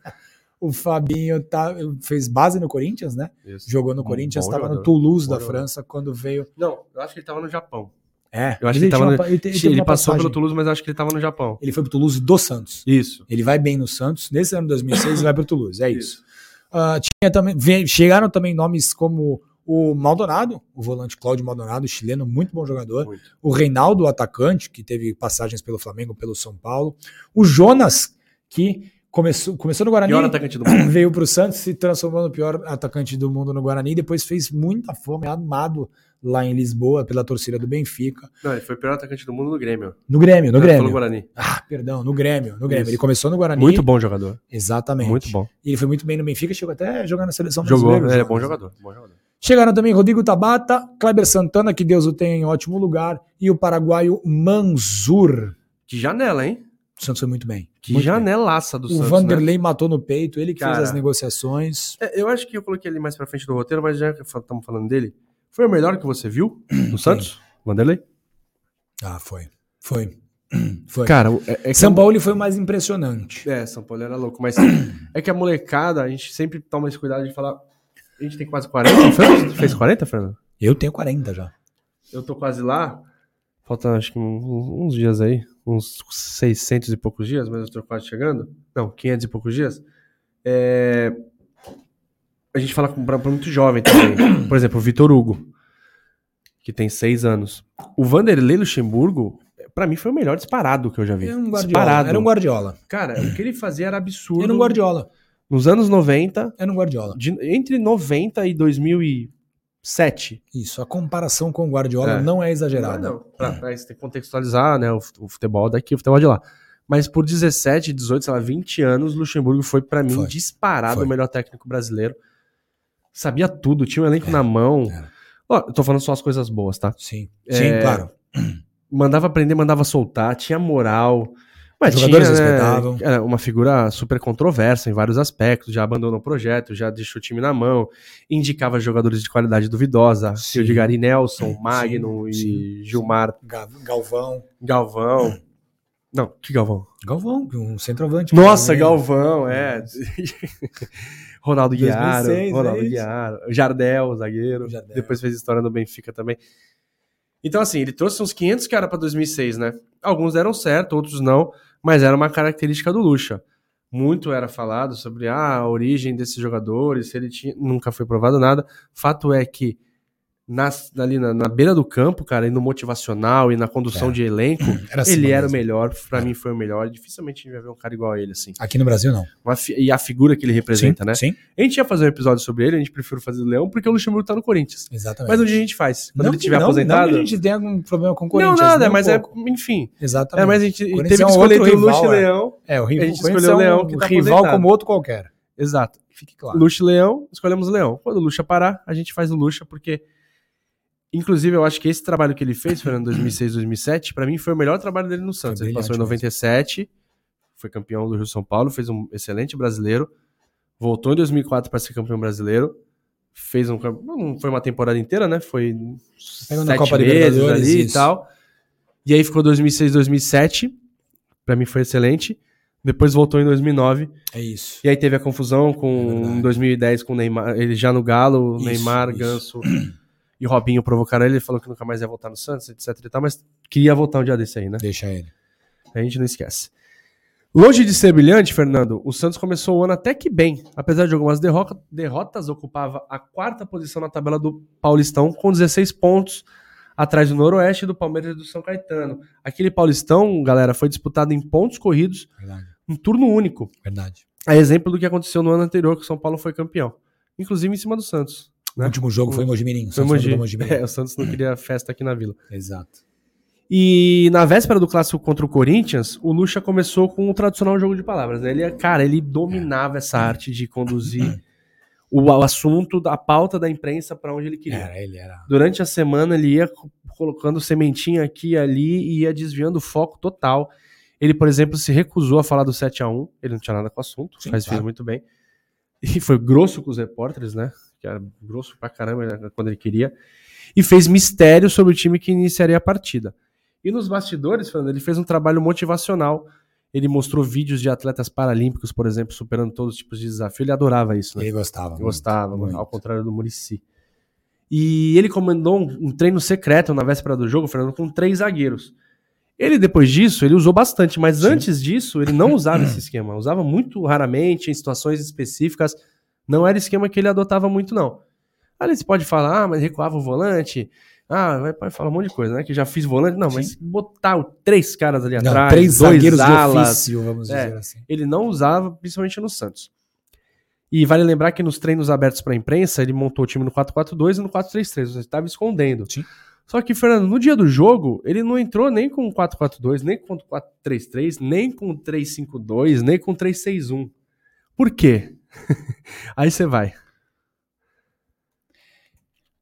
Speaker 2: O Fabinho tá, fez base no Corinthians, né?
Speaker 1: <laughs> Isso.
Speaker 2: Jogou no
Speaker 1: Um
Speaker 2: Corinthians,
Speaker 1: bom
Speaker 2: estava no
Speaker 1: jogador. um
Speaker 2: Toulouse
Speaker 1: Bom
Speaker 2: da
Speaker 1: jogador.
Speaker 2: França quando veio.
Speaker 1: Não, eu acho que ele tava no Japão.
Speaker 2: É,
Speaker 1: Eu acho
Speaker 2: mas
Speaker 1: que ele tava
Speaker 2: tinha
Speaker 1: no-
Speaker 2: uma- teve
Speaker 1: ele passou
Speaker 2: uma passagem.
Speaker 1: pelo Toulouse, mas acho que ele tava no Japão.
Speaker 2: Ele foi pro Toulouse do Santos.
Speaker 1: Isso.
Speaker 2: Ele vai bem no Santos, nesse ano de 2006 ele vai pro Toulouse, é isso. Ah, tinha também, ve- chegaram também nomes como o Maldonado, o volante Cláudio Maldonado, chileno, muito bom jogador.
Speaker 1: Muito.
Speaker 2: o Reinaldo, o atacante, que teve passagens pelo Flamengo, pelo São Paulo, o Jonas, que começou, começou no Guarani,
Speaker 1: Pior atacante do mundo.
Speaker 2: veio para o Santos, se transformou no pior atacante do mundo no Guarani, depois fez muita fome, é amado lá em Lisboa pela torcida do Benfica,
Speaker 1: <coughs> Não, ele foi o pior atacante do mundo no Grêmio.
Speaker 2: no Grêmio, no
Speaker 1: Ele falou
Speaker 2: Grêmio,
Speaker 1: Guarani.
Speaker 2: ah, perdão, no Grêmio, no Grêmio,
Speaker 1: Isso.
Speaker 2: ele começou no Guarani,
Speaker 1: Muito bom jogador.
Speaker 2: exatamente,
Speaker 1: Muito bom.
Speaker 2: E ele foi muito bem no Benfica, chegou até a jogar na seleção
Speaker 1: Jogou,
Speaker 2: brasileira,
Speaker 1: ele
Speaker 2: o
Speaker 1: é
Speaker 2: Jonas,
Speaker 1: bom
Speaker 2: né?
Speaker 1: jogador. Bom jogador.
Speaker 2: Chegaram também Rodrigo Tabata, Kleber Santana, que Deus o tenha em ótimo lugar, e o paraguaio Manzur.
Speaker 1: Que janela, hein?
Speaker 2: O Santos foi muito bem.
Speaker 1: Que
Speaker 2: muito bem.
Speaker 1: janelaça do
Speaker 2: O
Speaker 1: Santos, né?
Speaker 2: Vanderlei matou no peito, ele que
Speaker 1: Cara.
Speaker 2: fez as negociações.
Speaker 1: É, eu acho que eu coloquei ele mais pra frente do roteiro, mas já que estamos falando dele, foi o melhor que você <clears throat> viu no Santos? Vanderlei?
Speaker 2: Ah, foi. Foi. <clears throat> Foi.
Speaker 1: Cara, o- é, é que
Speaker 2: São Paulo foi o mais impressionante.
Speaker 1: É, São Paulo era louco, mas é que a molecada, a gente sempre toma esse cuidado de falar. A gente tem quase 40. O Fernando fez 40, Fernando?
Speaker 2: Eu tenho 40 já.
Speaker 1: Eu tô quase lá. Faltam acho que um- uns dias aí, uns 600 e poucos dias, mas eu tô quase chegando. Não, 500 e poucos dias. É, A gente fala com, pra, pra muito jovem também. <coughs> Por exemplo, o Vitor Hugo, que tem 6 anos. O Vanderlei Luxemburgo, pra mim, foi o melhor disparado que eu já vi.
Speaker 2: Era um Guardiola.
Speaker 1: disparado.
Speaker 2: Era um Guardiola.
Speaker 1: Cara, o que ele fazia era absurdo.
Speaker 2: Era um Guardiola.
Speaker 1: Nos anos 90,
Speaker 2: Era um Guardiola.
Speaker 1: de- entre 90 e 2006, 7.
Speaker 2: Isso, a comparação com o Guardiola
Speaker 1: É.
Speaker 2: não é exagerada.
Speaker 1: Não, pra, pra isso tem que contextualizar, né, o fut- o futebol daqui, o futebol de lá. Mas por 17, 18, sei lá, 20 anos, Luxemburgo foi pra mim
Speaker 2: Foi.
Speaker 1: disparado
Speaker 2: Foi.
Speaker 1: o melhor técnico brasileiro. Sabia tudo, tinha um elenco na mão.
Speaker 2: é.
Speaker 1: Ó, eu tô falando só as coisas boas, tá?
Speaker 2: Sim, sim, claro.
Speaker 1: Mandava aprender, mandava soltar, tinha moral. Mas
Speaker 2: Os jogadores
Speaker 1: tinha, né,
Speaker 2: respeitavam.
Speaker 1: Era uma figura super controversa em vários aspectos, já abandonou o projeto, já deixou o time na mão, indicava jogadores de qualidade duvidosa,
Speaker 2: Sim. É,
Speaker 1: o de Gary Nelson, Magno e
Speaker 2: sim,
Speaker 1: Gilmar
Speaker 2: Ga- Galvão.
Speaker 1: Galvão. <laughs> Não, que Galvão?
Speaker 2: Galvão, um centroavante.
Speaker 1: Nossa,
Speaker 2: brasileiro.
Speaker 1: Galvão, é. <laughs> Ronaldo Guiar,
Speaker 2: 2006,
Speaker 1: Ronaldo
Speaker 2: é isso.
Speaker 1: Guiar, Jardel, zagueiro.
Speaker 2: Jardel.
Speaker 1: Depois fez história no Benfica também. Então, assim, ele trouxe uns 500 caras pra 2006, né? Alguns deram certo, outros não, mas era uma característica do Lucha. Muito era falado sobre ah, a origem desses jogadores, se ele tinha. Nunca foi provado nada. Fato é que nas- ali na, na beira do campo, cara, e no motivacional e na condução
Speaker 2: É.
Speaker 1: de elenco,
Speaker 2: Era assim
Speaker 1: ele era o
Speaker 2: mesmo.
Speaker 1: melhor, pra mim foi o melhor. Dificilmente a gente vai ver um cara igual a ele, assim.
Speaker 2: Aqui no Brasil, não.
Speaker 1: Uma fi- E a figura que ele representa,
Speaker 2: sim,
Speaker 1: né?
Speaker 2: Sim,
Speaker 1: A gente ia fazer um episódio sobre ele, a gente prefere fazer do Leão, porque o Luxemburgo tá no Corinthians.
Speaker 2: exatamente.
Speaker 1: Mas um dia a gente faz. Quando ele tiver
Speaker 2: É. não,
Speaker 1: aposentado.
Speaker 2: Não que
Speaker 1: Não,
Speaker 2: a gente tenha algum problema com o Corinthians.
Speaker 1: nada,
Speaker 2: nem um
Speaker 1: mas
Speaker 2: pouco.
Speaker 1: é. Enfim.
Speaker 2: Exatamente.
Speaker 1: É, mas a gente
Speaker 2: O Corinthians
Speaker 1: teve
Speaker 2: é um
Speaker 1: que escolher
Speaker 2: outro
Speaker 1: entre o Luxo
Speaker 2: rival,
Speaker 1: e
Speaker 2: é.
Speaker 1: Leão.
Speaker 2: É, o rival,
Speaker 1: gente
Speaker 2: o Corinthians
Speaker 1: escolheu o
Speaker 2: é um
Speaker 1: Leão, que tá
Speaker 2: rival
Speaker 1: aposentado.
Speaker 2: como outro qualquer.
Speaker 1: Exato.
Speaker 2: Fique claro.
Speaker 1: Luxo e Leão, escolhemos o Leão. Quando o Luxa parar, a gente faz o Luxa, porque. Inclusive, eu acho que esse trabalho que ele fez, foi em 2006, 2007, pra mim foi o melhor trabalho dele no Santos. Ele
Speaker 2: brilhante
Speaker 1: passou em
Speaker 2: mesmo.
Speaker 1: 97, foi campeão do Rio São Paulo, fez um excelente brasileiro, voltou em 2004 pra ser campeão brasileiro, fez um. cam- Não foi uma temporada inteira, né? Foi sete
Speaker 2: Pegou na Copa
Speaker 1: meses
Speaker 2: Libertadores,
Speaker 1: ali e
Speaker 2: isso.
Speaker 1: tal. E aí ficou 2006, 2007, pra mim foi excelente. Depois voltou em 2009
Speaker 2: É isso.
Speaker 1: e aí teve a confusão
Speaker 2: É
Speaker 1: com
Speaker 2: verdade.
Speaker 1: 2010 com o Neymar, ele já no Galo,
Speaker 2: Isso,
Speaker 1: Neymar,
Speaker 2: isso.
Speaker 1: Ganso e Robinho provocaram ele, ele falou que nunca mais ia voltar no Santos, etc e tal, mas queria voltar um dia desse aí, né?
Speaker 2: Deixa ele.
Speaker 1: A gente não esquece. Longe de ser brilhante, Fernando, o Santos começou o ano até que bem. Apesar de algumas derroca- derrotas, ocupava a quarta posição na tabela do Paulistão com 16 pontos atrás do Noroeste, do Palmeiras e do São Caetano. Aquele Paulistão, galera, foi disputado em pontos corridos,
Speaker 2: Verdade.
Speaker 1: um turno único
Speaker 2: Verdade.
Speaker 1: a exemplo do que aconteceu no ano anterior, que o São Paulo foi campeão. Inclusive em cima do Santos.
Speaker 2: O
Speaker 1: Né?
Speaker 2: último jogo foi em Mojimirim. Santos
Speaker 1: Mogi.
Speaker 2: mandou Mojimirim.
Speaker 1: É, o Santos não queria festa aqui na Vila.
Speaker 2: Exato.
Speaker 1: E na véspera do clássico contra o Corinthians, o Lucha começou com o tradicional jogo de palavras. Né? Ele, cara, ele dominava essa arte de conduzir o, o assunto, a pauta da imprensa para onde ele queria.
Speaker 2: Era, ele era.
Speaker 1: Durante a semana ele ia co- colocando sementinha aqui e ali e ia desviando o foco total. Ele, por exemplo, se recusou a falar do 7 a 1 ele não tinha nada com o assunto,
Speaker 2: Sim,
Speaker 1: mas
Speaker 2: claro.
Speaker 1: fez muito bem. E foi grosso com os repórteres, né? Que era grosso pra caramba né, quando ele queria. E fez mistério sobre o time que iniciaria a partida. E nos bastidores, Fernando, ele fez um trabalho motivacional. Ele mostrou vídeos de atletas paralímpicos, por exemplo, superando todos os tipos de desafio. Ele adorava isso, né?
Speaker 2: Ele gostava. muito,
Speaker 1: Gostava,
Speaker 2: muito.
Speaker 1: ao contrário do Murici. E ele comandou um, um treino secreto na véspera do jogo, Fernando, com três zagueiros. Ele, depois disso, ele usou bastante, mas
Speaker 2: Sim.
Speaker 1: antes disso, ele não
Speaker 2: <clears throat>
Speaker 1: usava esse esquema. Usava muito raramente, em situações específicas. Não era esquema que ele adotava muito, não. Ali você pode falar, ah, mas recuava o volante. Ah, vai pode falar um monte de coisa, né? Que já fiz volante. Não, mas botar o- três caras ali
Speaker 2: Não,
Speaker 1: atrás,
Speaker 2: três
Speaker 1: dois
Speaker 2: zagueiros
Speaker 1: alas,
Speaker 2: de ofício, vamos
Speaker 1: É.
Speaker 2: dizer assim.
Speaker 1: ele não usava, principalmente no Santos. E vale lembrar que nos treinos abertos para a imprensa, ele montou o time no 4-4-2 e no 4-3-3, ou seja, estava escondendo.
Speaker 2: Sim.
Speaker 1: Só que, Fernando, no dia do jogo, ele não entrou nem com 4-4-2, nem com 4-3-3, nem com 3-5-2, nem com 3-6-1. Por quê? <laughs> Aí você vai.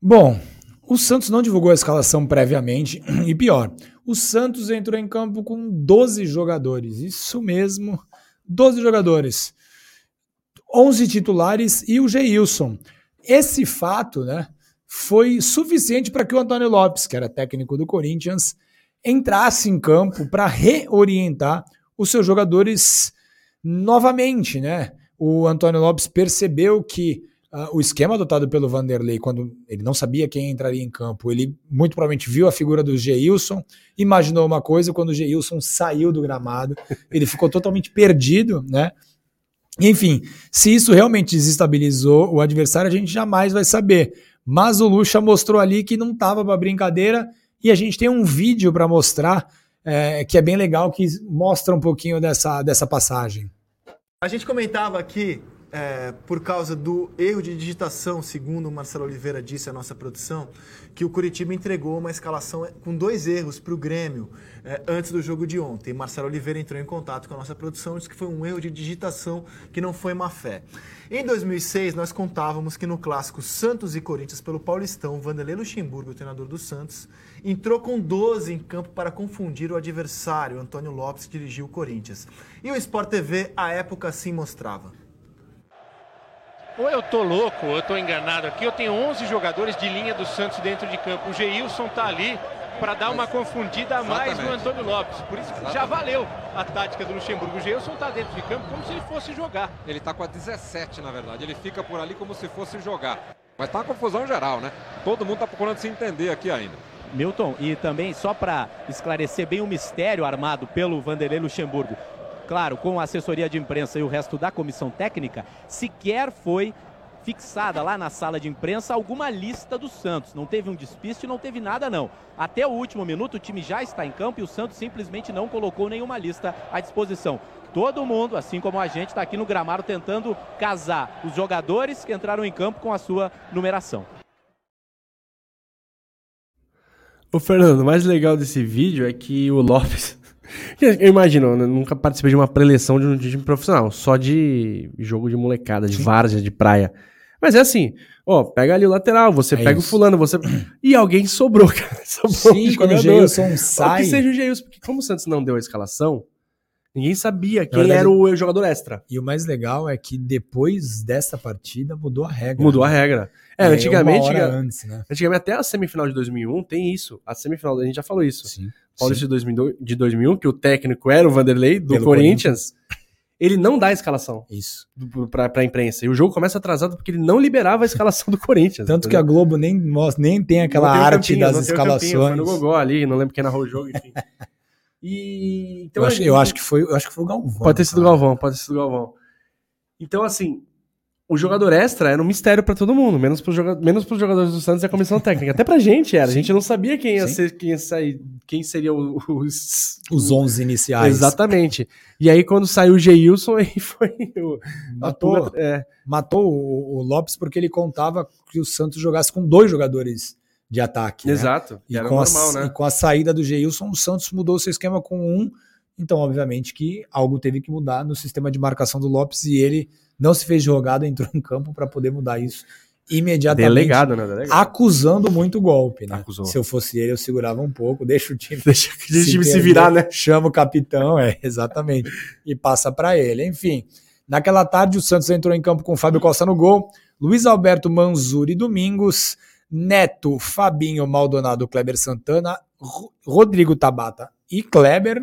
Speaker 2: Bom, o Santos não divulgou a escalação previamente <clears throat> e pior, o Santos entrou em campo com 12 jogadores. Isso mesmo, 12 jogadores. 11 titulares e o Geilson. Esse fato, né, foi suficiente para que o Antônio Lopes, que era técnico do Corinthians, entrasse em campo para reorientar os seus jogadores novamente, né? O Antônio Lopes percebeu que ah, o esquema adotado pelo Vanderlei, quando ele não sabia quem entraria em campo, ele muito provavelmente viu a figura do Geilson, imaginou uma coisa, quando o Geilson saiu do gramado, ele ficou totalmente perdido, né? Enfim, se isso realmente desestabilizou o adversário, a gente jamais vai saber. Mas o Lucha mostrou ali que não estava para brincadeira e a gente tem um vídeo para mostrar eh, que é bem legal, que mostra um pouquinho dessa, dessa passagem.
Speaker 3: A gente comentava aqui é, por causa do erro de digitação, segundo o Marcelo Oliveira disse, a nossa produção, que o Curitiba entregou uma escalação é, com dois erros para o Grêmio é, antes do jogo de ontem. Marcelo Oliveira entrou em contato com a nossa produção e disse que foi um erro de digitação que não foi má fé. Em 2006, nós contávamos que no clássico Santos e Corinthians pelo Paulistão, Vanderlei Luxemburgo, o treinador do Santos, entrou com 12 em campo para confundir o adversário. Antônio Lopes dirigiu o Corinthians. E o Sport TV, à época, assim mostrava.
Speaker 4: Ou eu tô louco, ou eu tô enganado aqui. Eu tenho 11 jogadores de linha do Santos dentro de campo. O Geilson tá ali para dar uma confundida a mais no Antônio Lopes. Por isso que já valeu a tática do Luxemburgo. O Geilson tá dentro de campo como se ele fosse jogar.
Speaker 5: Ele tá com a 17, na verdade. Ele fica por ali como se fosse jogar. Mas tá uma confusão geral, né? Todo mundo tá procurando se entender aqui ainda.
Speaker 6: Milton, e também só para esclarecer bem o mistério armado pelo Vanderlei Luxemburgo, claro, com a assessoria de imprensa e o resto da comissão técnica, sequer foi fixada lá na sala de imprensa alguma lista do Santos. Não teve um despiste, não teve nada não. Até o último minuto o time já está em campo e o Santos simplesmente não colocou nenhuma lista à disposição. Todo mundo, assim como a gente, está aqui no gramado tentando casar os jogadores que entraram em campo com a sua numeração.
Speaker 1: Ô, Fernando, o mais legal desse vídeo é que o Lopes. <laughs> Eu imagino, eu nunca participei de uma preleção de um time profissional, só de jogo de molecada, de várzea, de praia. Mas é assim, ó, pega ali o lateral, você
Speaker 2: É
Speaker 1: pega o
Speaker 2: isso.
Speaker 1: fulano,
Speaker 2: <clears throat>
Speaker 1: você. E alguém sobrou, cara. <laughs> Sobrou um
Speaker 2: Sim, quando o
Speaker 1: jogador.
Speaker 2: Jailson
Speaker 1: Só que
Speaker 2: sai
Speaker 1: seja o Geilson, porque como o Santos não deu a escalação, ninguém sabia quem
Speaker 2: verdade-
Speaker 1: era o jogador extra.
Speaker 2: E o mais legal é que depois dessa partida mudou a regra. né?
Speaker 1: Mudou a regra. É, antigamente,
Speaker 2: uma hora
Speaker 1: cara,
Speaker 2: antes, né?
Speaker 1: antigamente até a semifinal de 2001 tem isso. A semifinal, a gente já falou isso.
Speaker 2: Sim.
Speaker 1: Paulista de, 2002, de 2001, que o técnico era o Vanderlei, do
Speaker 2: Pelo
Speaker 1: Corinthians, ele não dá a escalação
Speaker 2: Sim, Isso.
Speaker 1: do- pra, pra imprensa. E o jogo começa atrasado porque ele não liberava a escalação do Corinthians.
Speaker 2: Tanto que a
Speaker 1: entendeu?
Speaker 2: Globo nem mostra, nem tem aquela
Speaker 1: Não tem o
Speaker 2: arte
Speaker 1: campinho,
Speaker 2: das
Speaker 1: não tem o campinho, Foi
Speaker 2: escalações.
Speaker 1: no Gogó ali, não lembro quem narrou o jogo,
Speaker 2: <laughs>
Speaker 1: enfim. E, então,
Speaker 2: eu,
Speaker 1: a
Speaker 2: acho,
Speaker 1: gente-
Speaker 2: eu acho que foi, eu acho que foi o Galvão.
Speaker 1: Pode ter sido o
Speaker 2: cara.
Speaker 1: Galvão, pode ter sido o Galvão. Então, assim, o jogador extra era um mistério pra todo mundo, menos pros, joga- menos pros jogadores do Santos e a comissão técnica. Até pra gente era. A gente não sabia quem ia
Speaker 2: Sim.
Speaker 1: ser, quem ia sair, quem seria o- os.
Speaker 2: Os 11 iniciais.
Speaker 1: Exatamente. E aí, quando saiu o Geilson, <laughs> aí foi o. a
Speaker 2: Matou,
Speaker 1: turma- é,
Speaker 2: matou o, o Lopes porque ele contava que o Santos jogasse com dois jogadores de ataque. né?
Speaker 1: Exato.
Speaker 2: E,
Speaker 1: era
Speaker 2: com a,
Speaker 1: normal,
Speaker 2: e
Speaker 1: né?
Speaker 2: com a saída do Geilson, o Santos mudou seu esquema com um. Então, obviamente, que algo teve que mudar no sistema de marcação do Lopes e ele não se fez jogado, entrou em campo para poder mudar isso imediatamente.
Speaker 1: Delegado, né? Delegado.
Speaker 2: Acusando muito o golpe, né?
Speaker 1: Acusou.
Speaker 2: Se eu fosse ele, eu segurava um pouco, deixa o time
Speaker 1: <laughs> Deixa que a gente se,
Speaker 2: perder,
Speaker 1: virar, né?
Speaker 2: Chama o capitão, é, <laughs> exatamente. E passa para ele. Enfim, naquela tarde o Santos entrou em campo com o Fábio Costa no gol, Luiz Alberto Manzuri Domingos, Neto, Fabinho Maldonado, Kleber Santana, Ro- Rodrigo Tabata e Kleber,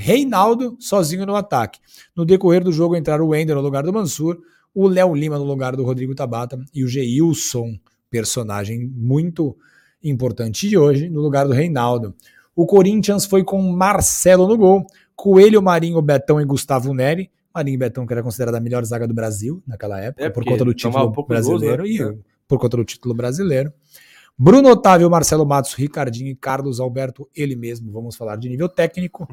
Speaker 2: Reinaldo sozinho no ataque. No decorrer do jogo entraram o Ender no lugar do Mansur, o Léo Lima no lugar do Rodrigo Tabata e o Geilson, personagem muito importante de hoje, no lugar do Reinaldo. O Corinthians foi com Marcelo no gol, Coelho, Marinho, Betão e Gustavo Neri. Marinho e Betão, que era considerada a melhor zaga do Brasil naquela época,
Speaker 1: É,
Speaker 2: por
Speaker 1: porque
Speaker 2: conta do
Speaker 1: tomava
Speaker 2: título
Speaker 1: poucos gols,
Speaker 2: brasileiro
Speaker 1: né?
Speaker 2: e
Speaker 1: É.
Speaker 2: por conta do título brasileiro. Bruno Otávio, Marcelo Matos, Ricardinho e Carlos Alberto, ele mesmo, vamos falar de nível técnico.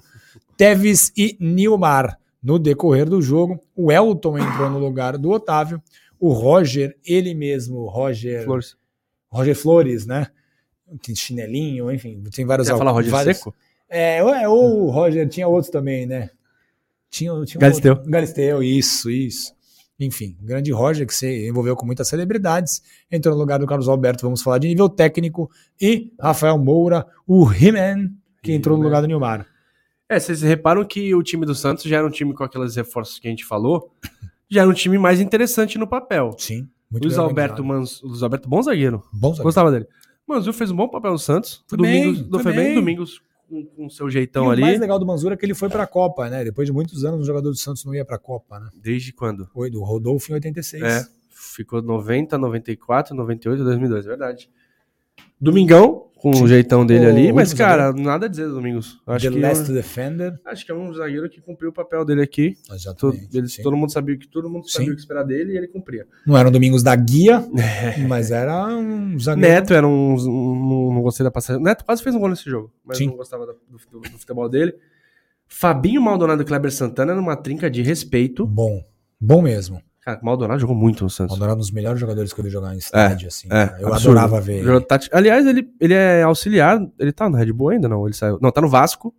Speaker 2: Teves e Nilmar. No decorrer do jogo, o Elton entrou no lugar do Otávio. O Roger, ele mesmo, o Roger,
Speaker 1: Flores.
Speaker 2: Roger Flores, né? Tem chinelinho, enfim, tem vários.
Speaker 1: Você ia falar
Speaker 2: al-
Speaker 1: Roger
Speaker 2: vários-
Speaker 1: Seco?
Speaker 2: É, ou- é, ou o Roger, tinha outros também, né? Tinha, tinha um
Speaker 1: Galisteu.
Speaker 2: outro- Galisteu, isso, isso. Enfim, o grande Roger, que se envolveu com muitas celebridades, entrou no lugar do Carlos Alberto, vamos falar de nível técnico, e Rafael Moura, o He-Man, que entrou no
Speaker 1: He-Man.
Speaker 2: lugar do Nilmar.
Speaker 1: É, vocês reparam que o time do Santos já era um time com aqueles reforços que a gente falou, <laughs> já era um time mais interessante no papel.
Speaker 2: Sim, muito
Speaker 1: Luiz
Speaker 2: bem
Speaker 1: Alberto,
Speaker 2: organizado.
Speaker 1: Mans... Luiz Alberto, bom zagueiro.
Speaker 2: Bom zagueiro.
Speaker 1: Gostava dele. Manzur fez um bom papel no Santos.
Speaker 2: Foi bem,
Speaker 1: Domingos,
Speaker 2: foi
Speaker 1: foi bem,
Speaker 2: bem.
Speaker 1: Domingos com, com seu
Speaker 2: e
Speaker 1: jeitão
Speaker 2: o mais
Speaker 1: então, ali.
Speaker 2: legal do Manzura é que ele foi pra Copa, né? Depois de muitos anos, um jogador do Santos não ia pra Copa, né?
Speaker 1: Desde quando?
Speaker 2: Foi do Rodolfo em 86.
Speaker 1: É. Ficou 90, 94, 98, 2002, é verdade. Domingão, com o
Speaker 2: Sim.
Speaker 1: jeitão dele
Speaker 2: O
Speaker 1: ali. Mas,
Speaker 2: último
Speaker 1: cara, nada a dizer do Domingos. Acho
Speaker 2: The
Speaker 1: que, é um-
Speaker 2: Last Defender.
Speaker 1: acho que é um zagueiro que cumpriu o papel dele aqui. Todo,
Speaker 2: Exatamente.
Speaker 1: ele-
Speaker 2: sim.
Speaker 1: todo mundo sabia o que todo mundo sabia
Speaker 2: Sim.
Speaker 1: o que esperar dele e ele cumpria.
Speaker 2: Não eram domingos
Speaker 1: <laughs>
Speaker 2: da guia, mas era um zagueiro.
Speaker 1: Neto era um, um- um- Não gostei da passagem. Neto quase fez um gol nesse jogo, mas
Speaker 2: Sim.
Speaker 1: não gostava da- do, fute- do futebol dele. Fabinho Maldonado e Kleber Santana numa trinca de respeito.
Speaker 2: Bom. Bom mesmo.
Speaker 1: Cara, o Maldonado jogou muito no Santos.
Speaker 2: Maldonado é um dos melhores jogadores que eu vi jogar em estádio, assim.
Speaker 1: é,
Speaker 2: cara. Eu
Speaker 1: absurdo.
Speaker 2: adorava ver. ele.
Speaker 1: Jogou tati- Aliás, ele, ele é auxiliar. Ele tá no Red Bull ainda, não? Ele saiu. Não, tá no Vasco.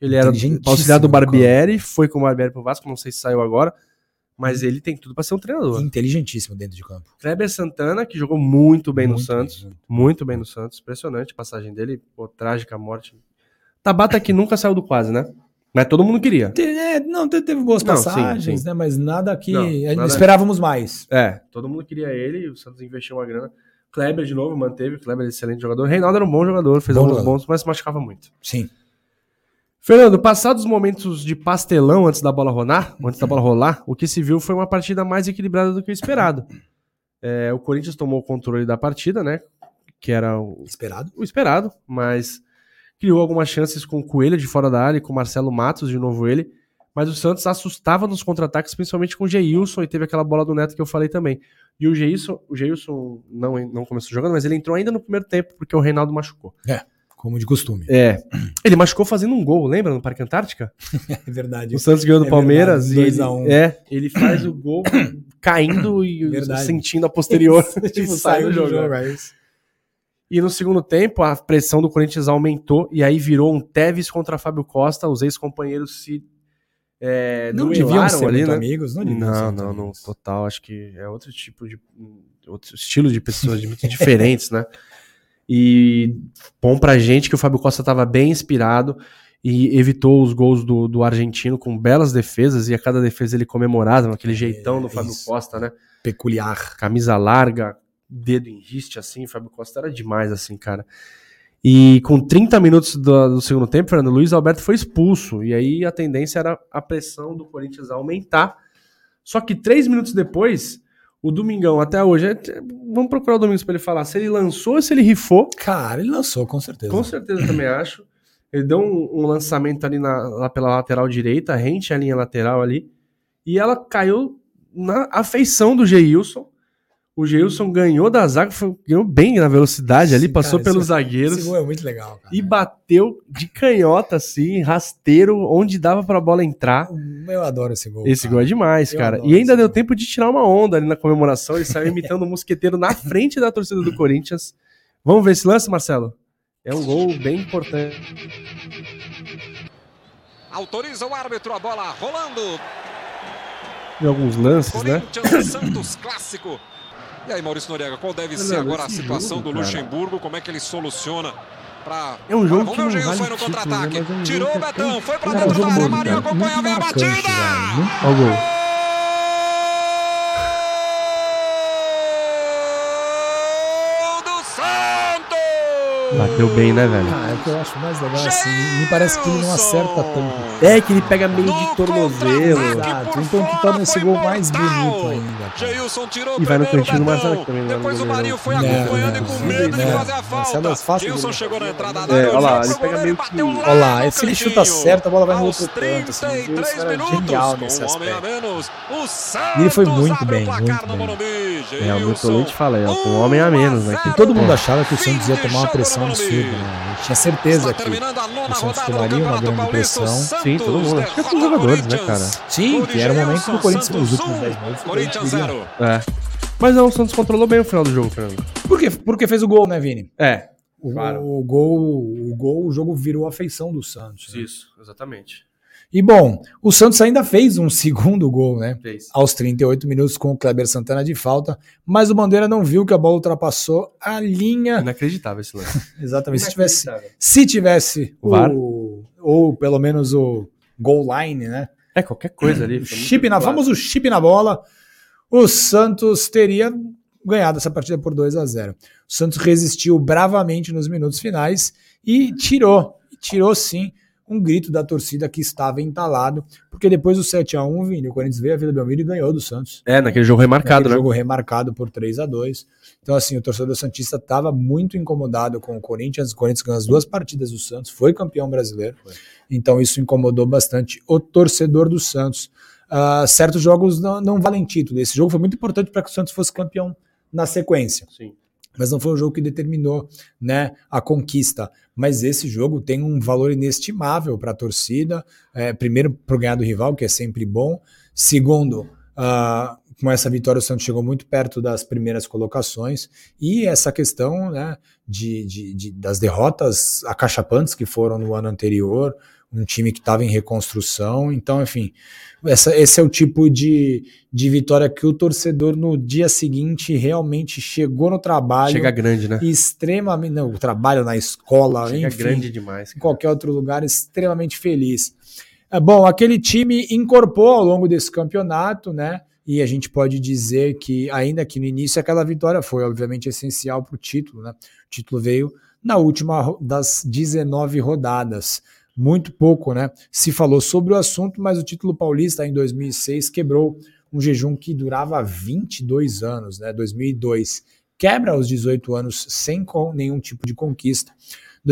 Speaker 1: Ele era
Speaker 2: Inteligentíssimo,
Speaker 1: auxiliar do
Speaker 2: cara.
Speaker 1: Barbieri, foi com o Barbieri pro Vasco, não sei se saiu agora. Mas ele tem tudo pra ser um treinador.
Speaker 2: Inteligentíssimo dentro de campo.
Speaker 1: Kleber Santana, que jogou muito bem no
Speaker 2: Muito
Speaker 1: Santos.
Speaker 2: bem,
Speaker 1: Muito bem no Santos. Impressionante a passagem dele. Pô, trágica a morte. Tabata que nunca saiu do quase, né? Mas todo mundo queria.
Speaker 2: Te- é, não, te- teve boas
Speaker 1: Não, sim,
Speaker 2: passagens,
Speaker 1: sim.
Speaker 2: né? Mas nada que.
Speaker 1: Não,
Speaker 2: a-
Speaker 1: nada-
Speaker 2: Esperávamos mais.
Speaker 1: É, todo mundo queria ele. O Santos investiu uma grana. Kleber, de novo, manteve. Kleber, é excelente jogador. Reinaldo era um bom jogador, fez
Speaker 2: Bom
Speaker 1: alguns
Speaker 2: jogador.
Speaker 1: bons, mas se machucava muito.
Speaker 2: Sim.
Speaker 1: Fernando, passados os momentos de pastelão antes da bola rolar, antes da bola rolar, o que se viu foi uma partida mais equilibrada do que o esperado. É, o Corinthians tomou o controle da partida, né? Que era o,
Speaker 2: Esperado.
Speaker 1: o esperado, mas criou algumas chances com o Coelho de fora da área e com o Marcelo Matos, de novo ele. Mas o Santos assustava nos contra-ataques, principalmente com o Geilson, e teve aquela bola do Neto que eu falei também. E o Geilson, o Geilson não, não começou jogando, mas ele entrou ainda no primeiro tempo, porque o Reinaldo machucou.
Speaker 2: Como
Speaker 1: <laughs>
Speaker 2: de costume.
Speaker 1: É. Ele machucou fazendo um gol, lembra? No Parque Antártica?
Speaker 2: É verdade.
Speaker 1: O Santos ganhou do
Speaker 2: É
Speaker 1: Palmeiras
Speaker 2: verdade,
Speaker 1: e.
Speaker 2: 2 a 1.
Speaker 1: ele, é, ele faz o gol <coughs> caindo e
Speaker 2: Verdade.
Speaker 1: sentindo a posterior. <laughs> tipo, sai do jogo.
Speaker 2: é isso.
Speaker 1: E no segundo tempo, a pressão do Corinthians aumentou e aí virou um Tevez contra Fábio Costa. Os ex-companheiros se. É,
Speaker 2: Não deviam
Speaker 1: duelaram
Speaker 2: ser
Speaker 1: ali,
Speaker 2: muito
Speaker 1: né?
Speaker 2: amigos, não deviam ser
Speaker 1: Não,
Speaker 2: muito
Speaker 1: não, não,
Speaker 2: amigos.
Speaker 1: total. Acho que é outro tipo de. outro estilo de pessoas
Speaker 2: <laughs>
Speaker 1: muito diferentes, né? E bom pra gente que o Fábio Costa tava bem inspirado e evitou os gols do, do argentino com belas defesas e a cada defesa ele comemorava, aquele jeitão do Fábio
Speaker 2: É, isso.
Speaker 1: Costa, né?
Speaker 2: Peculiar.
Speaker 1: Camisa larga, dedo em riste, assim. O Fábio Costa era demais, assim, cara. E com 30 minutos do, do segundo tempo, Fernando Luiz Alberto foi expulso. E aí a tendência era a pressão do Corinthians aumentar. Só que três minutos depois, o Domingão, até hoje, é- vamos procurar o Domingos pra ele falar se ele lançou ou se ele rifou.
Speaker 2: Cara, ele lançou, com certeza.
Speaker 1: Com certeza também acho. Ele deu um, um lançamento ali na, lá pela lateral direita, rente à linha lateral ali. E ela caiu na afeição do Geilson. O Geilson ganhou da zaga, foi- ganhou bem na velocidade ali,
Speaker 2: Sim,
Speaker 1: passou
Speaker 2: cara,
Speaker 1: pelos
Speaker 2: esse- Esse
Speaker 1: zagueiros
Speaker 2: gol é muito legal, cara.
Speaker 1: e bateu de canhota, assim, rasteiro, onde dava pra bola entrar.
Speaker 2: Eu adoro esse gol.
Speaker 1: Esse
Speaker 2: cara.
Speaker 1: gol é demais,
Speaker 2: Eu
Speaker 1: cara.
Speaker 2: adoro
Speaker 1: E ainda
Speaker 2: esse
Speaker 1: deu
Speaker 2: gol.
Speaker 1: tempo de tirar uma onda ali na comemoração. Ele
Speaker 2: <laughs>
Speaker 1: saiu imitando o mosqueteiro na frente da torcida do Corinthians. Vamos ver esse lance, Marcelo? É um gol bem importante.
Speaker 5: Autoriza o árbitro a bola rolando.
Speaker 1: em alguns lances, né?
Speaker 5: Corinthians Santos clássico. E aí, Maurício Noriega, qual deve ser
Speaker 1: Leandro,
Speaker 5: agora a
Speaker 1: esse
Speaker 5: situação
Speaker 1: jogo,
Speaker 5: do
Speaker 1: cara.
Speaker 5: Luxemburgo? Como é que ele soluciona pra.
Speaker 1: É um jogo
Speaker 5: Vamos
Speaker 1: que
Speaker 5: ver
Speaker 1: não
Speaker 5: o Gilson
Speaker 1: vale
Speaker 5: no
Speaker 1: título,
Speaker 5: contra-ataque.
Speaker 1: né, mas é um
Speaker 5: Tirou
Speaker 1: jogo
Speaker 5: o
Speaker 1: que é
Speaker 5: Betão, foi pra
Speaker 1: Cara,
Speaker 5: dentro
Speaker 1: jogo
Speaker 5: da área.
Speaker 1: bobo,
Speaker 5: Marinho
Speaker 1: cara. é
Speaker 5: acompanha,
Speaker 2: Muito
Speaker 5: vem a
Speaker 2: marcante,
Speaker 5: batida!
Speaker 2: velho. Muito-
Speaker 1: Olha o gol.
Speaker 5: Gol do Santos!
Speaker 1: Bateu bem, né, velho?
Speaker 2: Ah, é o que eu acho mais legal, assim. Me parece que ele não acerta tanto.
Speaker 1: É que ele pega meio
Speaker 5: No
Speaker 1: de tornozelo.
Speaker 5: contra-ataque.
Speaker 2: Exato.
Speaker 5: por
Speaker 2: Então o que
Speaker 5: fora
Speaker 2: torna esse
Speaker 5: foi
Speaker 2: gol mais
Speaker 5: mortal.
Speaker 2: bonito ainda. cara.
Speaker 5: Jailson tirou
Speaker 1: E vai no
Speaker 5: primeiro
Speaker 1: cantinho do
Speaker 5: Betão.
Speaker 1: Marcelo, que também é vai no
Speaker 5: Depois o
Speaker 1: goleirão.
Speaker 5: Marinho foi
Speaker 2: Não,
Speaker 5: acompanhando
Speaker 2: não,
Speaker 5: e com
Speaker 2: não,
Speaker 5: medo de
Speaker 2: não.
Speaker 5: fazer a
Speaker 2: Marcelo é
Speaker 5: falta.
Speaker 2: fácil de
Speaker 5: Jailson
Speaker 2: goleiro.
Speaker 5: chegou na entrada da
Speaker 1: É,
Speaker 5: área.
Speaker 1: olha lá,
Speaker 5: virou
Speaker 1: ele
Speaker 5: pro
Speaker 1: pega
Speaker 5: goleiro,
Speaker 1: meio
Speaker 5: bateu
Speaker 1: que- um
Speaker 5: lá
Speaker 2: Olha lá,
Speaker 5: no
Speaker 2: esse ele chuta
Speaker 5: cantinho.
Speaker 2: certo, a bola vai no
Speaker 5: Aos
Speaker 2: outro canto. Assim, Deus
Speaker 5: 33
Speaker 2: era
Speaker 5: minutos,
Speaker 2: genial
Speaker 5: com
Speaker 2: nesse
Speaker 5: um homem a
Speaker 2: aspecto.
Speaker 5: menos, o Santos
Speaker 2: E ele foi muito
Speaker 5: abre o
Speaker 2: bem,
Speaker 5: placar
Speaker 2: muito
Speaker 5: no
Speaker 2: bem.
Speaker 5: Morumbi.
Speaker 1: É, o
Speaker 5: Jailson,
Speaker 1: Bertolucci fala aí, ó, com um homem a
Speaker 5: 1
Speaker 1: menos, né?
Speaker 5: zero.
Speaker 1: Que
Speaker 2: Todo mundo
Speaker 1: Pô.
Speaker 2: achava que o
Speaker 5: Fim
Speaker 2: Santos ia
Speaker 5: de
Speaker 2: tomar uma
Speaker 5: jogo
Speaker 2: pressão
Speaker 5: no Morumbi.
Speaker 2: absurda. Né? Eu tinha
Speaker 5: Está
Speaker 2: certeza que
Speaker 5: terminando a nona
Speaker 2: o Santos
Speaker 5: rodada do
Speaker 2: tomaria uma
Speaker 5: Campeonato
Speaker 2: grande
Speaker 5: Paulista. o
Speaker 2: pressão.
Speaker 5: Santos
Speaker 1: Sim, todo mundo. Acho que é com os
Speaker 5: derrota o
Speaker 1: jogadores, né,
Speaker 5: Corinthians.
Speaker 1: cara?
Speaker 2: Sim,
Speaker 5: Gol
Speaker 2: que
Speaker 5: de
Speaker 2: era o momento
Speaker 5: Jailson,
Speaker 2: do Corinthians nos
Speaker 5: Santos
Speaker 2: últimos
Speaker 5: um,
Speaker 2: 10 minutos. o
Speaker 5: Corinthians
Speaker 2: queria.
Speaker 5: 0.
Speaker 1: É. Mas não, o Santos controlou bem o final do jogo, Fernando.
Speaker 2: Por quê? Porque fez o gol, né, Vini?
Speaker 1: É.
Speaker 2: O,
Speaker 1: Claro.
Speaker 2: o gol, o gol, o jogo virou a feição do Santos. né?
Speaker 1: Isso, exatamente.
Speaker 2: E bom, o Santos ainda fez um <laughs> segundo gol, né?
Speaker 1: Fez.
Speaker 2: Aos 38 minutos com o Kleber Santana de falta, mas o Bandeira não viu que a bola ultrapassou a linha.
Speaker 1: É, Inacreditável esse lance.
Speaker 2: Exatamente. Então, Se tivesse, se tivesse
Speaker 1: O VAR?
Speaker 2: o, ou pelo menos o goal line, né?
Speaker 1: É, qualquer coisa ali. foi muito
Speaker 2: Chip na,
Speaker 1: claro.
Speaker 2: famoso chip na bola, o Santos teria ganhado essa partida por 2 a 0. O Santos resistiu bravamente nos minutos finais e tirou, tirou sim um grito da torcida que estava entalado, porque depois do 7 a 1, Vini, o Corinthians veio a Vila Belmiro e ganhou do Santos.
Speaker 1: É, naquele jogo remarcado,
Speaker 2: Aquele
Speaker 1: né?
Speaker 2: jogo remarcado por 3 a 2. Então assim, o torcedor santista estava muito incomodado com o Corinthians. O Corinthians ganhou as duas partidas do Santos, foi campeão brasileiro. Então isso incomodou bastante o torcedor do Santos. Ah, certos jogos não, não valem título. Esse jogo foi muito importante para que o Santos fosse campeão na sequência,
Speaker 1: Sim.
Speaker 2: mas não foi um jogo que determinou né, a conquista. Mas esse jogo tem um valor inestimável para a torcida. eh, primeiro, para ganhar do rival, que é sempre bom. é Segundo, Ah, com essa vitória, o Santos chegou muito perto das primeiras colocações e essa questão né, de, de- de- das derrotas acachapantes que foram no ano anterior, um time que estava em reconstrução. Então, enfim, essa- esse é o tipo de, de vitória que o torcedor no dia seguinte realmente chegou no trabalho.
Speaker 1: Chega grande, né?
Speaker 2: Extremamente. Não, o trabalho na escola,
Speaker 1: Chega
Speaker 2: enfim
Speaker 1: grande demais.
Speaker 2: em qualquer outro lugar, extremamente feliz. É, bom, aquele time incorporou ao longo desse campeonato, né? E a gente pode dizer que, ainda que no início, aquela vitória foi, obviamente, essencial para o título, né? O título veio na última ro- das 19 rodadas. Muito pouco, né? Se falou sobre o assunto, mas o título paulista em 2006 quebrou um jejum que durava 22 anos, né? 2002 quebra os 18 anos sem com- nenhum tipo de conquista.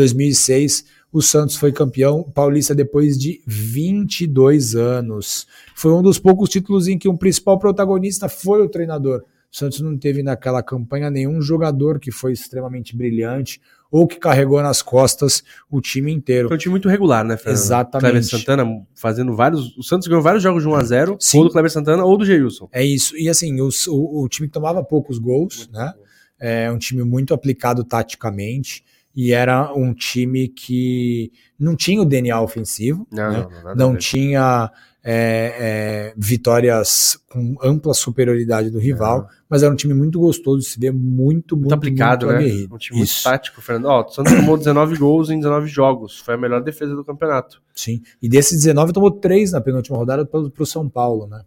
Speaker 2: 2006 o Santos foi campeão paulista depois de 22 anos. Foi um dos poucos títulos em que um principal protagonista foi o treinador. O Santos não teve naquela campanha nenhum jogador que foi extremamente brilhante ou que carregou nas costas o time inteiro.
Speaker 1: Foi um time muito regular, né, Fernando?
Speaker 2: Exatamente.
Speaker 1: Cleber Santana fazendo vários. O Santos ganhou vários jogos de 1x0,
Speaker 2: Sim.
Speaker 1: ou do Cleber Santana ou do Geilson.
Speaker 2: É isso. E assim, os- o, o time que tomava poucos gols, né? É um time muito aplicado taticamente e era um time que não tinha o DNA ofensivo, né?
Speaker 1: não,
Speaker 2: não tinha é, é, vitórias com ampla superioridade do rival, mas era um time muito gostoso de se ver, muito, muito,
Speaker 1: Muito aplicado,
Speaker 2: muito
Speaker 1: né?
Speaker 2: aguerrido.
Speaker 1: Um time muito
Speaker 2: Isso,
Speaker 1: tático, Fernando. Ó, o Santos tomou 19 gols em 19 jogos. Foi a melhor defesa do campeonato.
Speaker 2: sim. E desses 19 tomou três na penúltima rodada para o São Paulo, né?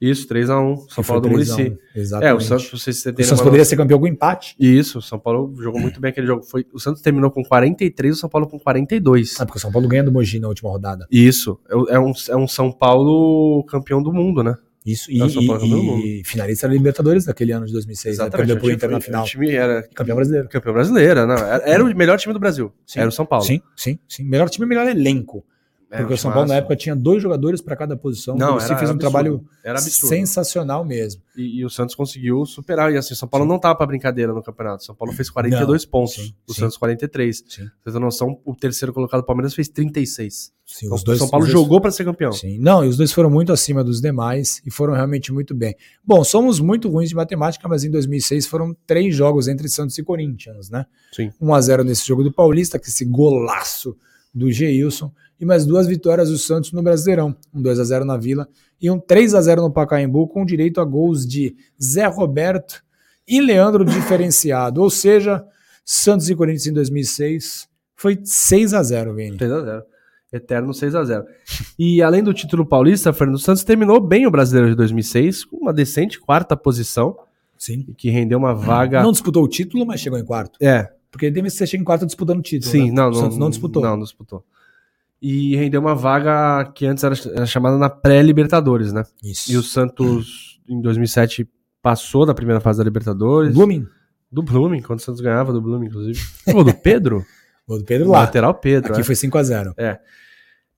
Speaker 1: Isso, 3x1. São
Speaker 2: Que foi
Speaker 1: Paulo do
Speaker 2: 3 a 1,
Speaker 1: Murici.
Speaker 2: Exatamente.
Speaker 1: É, o Santos, vocês
Speaker 2: O
Speaker 1: terem
Speaker 2: Santos
Speaker 1: uma
Speaker 2: poderia ser campeão com empate.
Speaker 1: Isso, o São Paulo jogou muito bem aquele jogo. Foi, o Santos terminou com 43, o São Paulo com 42.
Speaker 2: Ah, porque o São Paulo ganha do Mogi na última rodada.
Speaker 1: Isso, é, o- é um, é um São Paulo campeão do mundo, né?
Speaker 2: Isso,
Speaker 1: É o São
Speaker 2: e-
Speaker 1: Paulo campeão do mundo.
Speaker 2: e, e finalista da Libertadores daquele ano de 2006, né? perdeu pro
Speaker 1: o time
Speaker 2: Inter na
Speaker 1: foi-
Speaker 2: final,
Speaker 1: O time era
Speaker 2: campeão brasileiro.
Speaker 1: campeão brasileiro, não, era, era o melhor time do Brasil,
Speaker 2: Sim,
Speaker 1: era o São Paulo.
Speaker 2: Sim, sim, sim. Melhor time, melhor elenco.
Speaker 1: Era
Speaker 2: porque
Speaker 1: um
Speaker 2: o São Paulo na
Speaker 1: timaço.
Speaker 2: época tinha dois jogadores para cada posição.
Speaker 1: Não,
Speaker 2: Não, você
Speaker 1: era-
Speaker 2: fez
Speaker 1: era
Speaker 2: um
Speaker 1: absurdo.
Speaker 2: trabalho
Speaker 1: era absurdo.
Speaker 2: sensacional mesmo.
Speaker 1: E, e o Santos conseguiu superar. E assim, o São Paulo não tava pra brincadeira no campeonato. O São Paulo fez 42 pontos.
Speaker 2: sim,
Speaker 1: o
Speaker 2: sim.
Speaker 1: Santos 43. Pra
Speaker 2: Sim.
Speaker 1: Vocês têm noção, o terceiro colocado do Palmeiras fez 36.
Speaker 2: Sim,
Speaker 1: Então,
Speaker 2: os dois,
Speaker 1: o São Paulo
Speaker 2: os dois-
Speaker 1: jogou pra ser campeão.
Speaker 2: Sim. Não, e os dois foram muito acima dos demais e foram realmente muito bem. Bom, somos muito ruins de matemática, mas em 2006 foram três jogos entre Santos e Corinthians, né?
Speaker 1: Sim.
Speaker 2: 1 a 0 nesse jogo do Paulista, que esse golaço do Geilson, e mais duas vitórias do Santos no Brasileirão, um 2 a 0 na Vila e um 3 a 0 no Pacaembu com direito a gols de Zé Roberto e Leandro <laughs> diferenciado. Ou seja, Santos e Corinthians em 2006 foi 6 a 0, Vini.
Speaker 1: 6x0. Eterno 6x0. E além do título paulista, Fernando Santos terminou bem o brasileiro de 2006, com uma decente quarta posição,
Speaker 2: Sim.
Speaker 1: que rendeu uma vaga.
Speaker 2: Não disputou o título, mas chegou em quarto.
Speaker 1: é,
Speaker 2: Porque deve ser chega em quarto disputando o título.
Speaker 1: sim,
Speaker 2: né?
Speaker 1: não,
Speaker 2: O
Speaker 1: não,
Speaker 2: Santos não disputou.
Speaker 1: Não, não disputou. E rendeu uma vaga que antes era, era chamada na pré-Libertadores, né?
Speaker 2: Isso.
Speaker 1: E o Santos, em 2007, passou da primeira fase da Libertadores.
Speaker 2: Blooming.
Speaker 1: Do Blooming, quando o Santos ganhava do Blooming,
Speaker 2: <laughs>
Speaker 1: inclusive. Ou do Pedro?
Speaker 2: Gol do Pedro
Speaker 1: Do
Speaker 2: lá.
Speaker 1: Lateral Pedro.
Speaker 2: Aqui
Speaker 1: é.
Speaker 2: foi 5 a 0.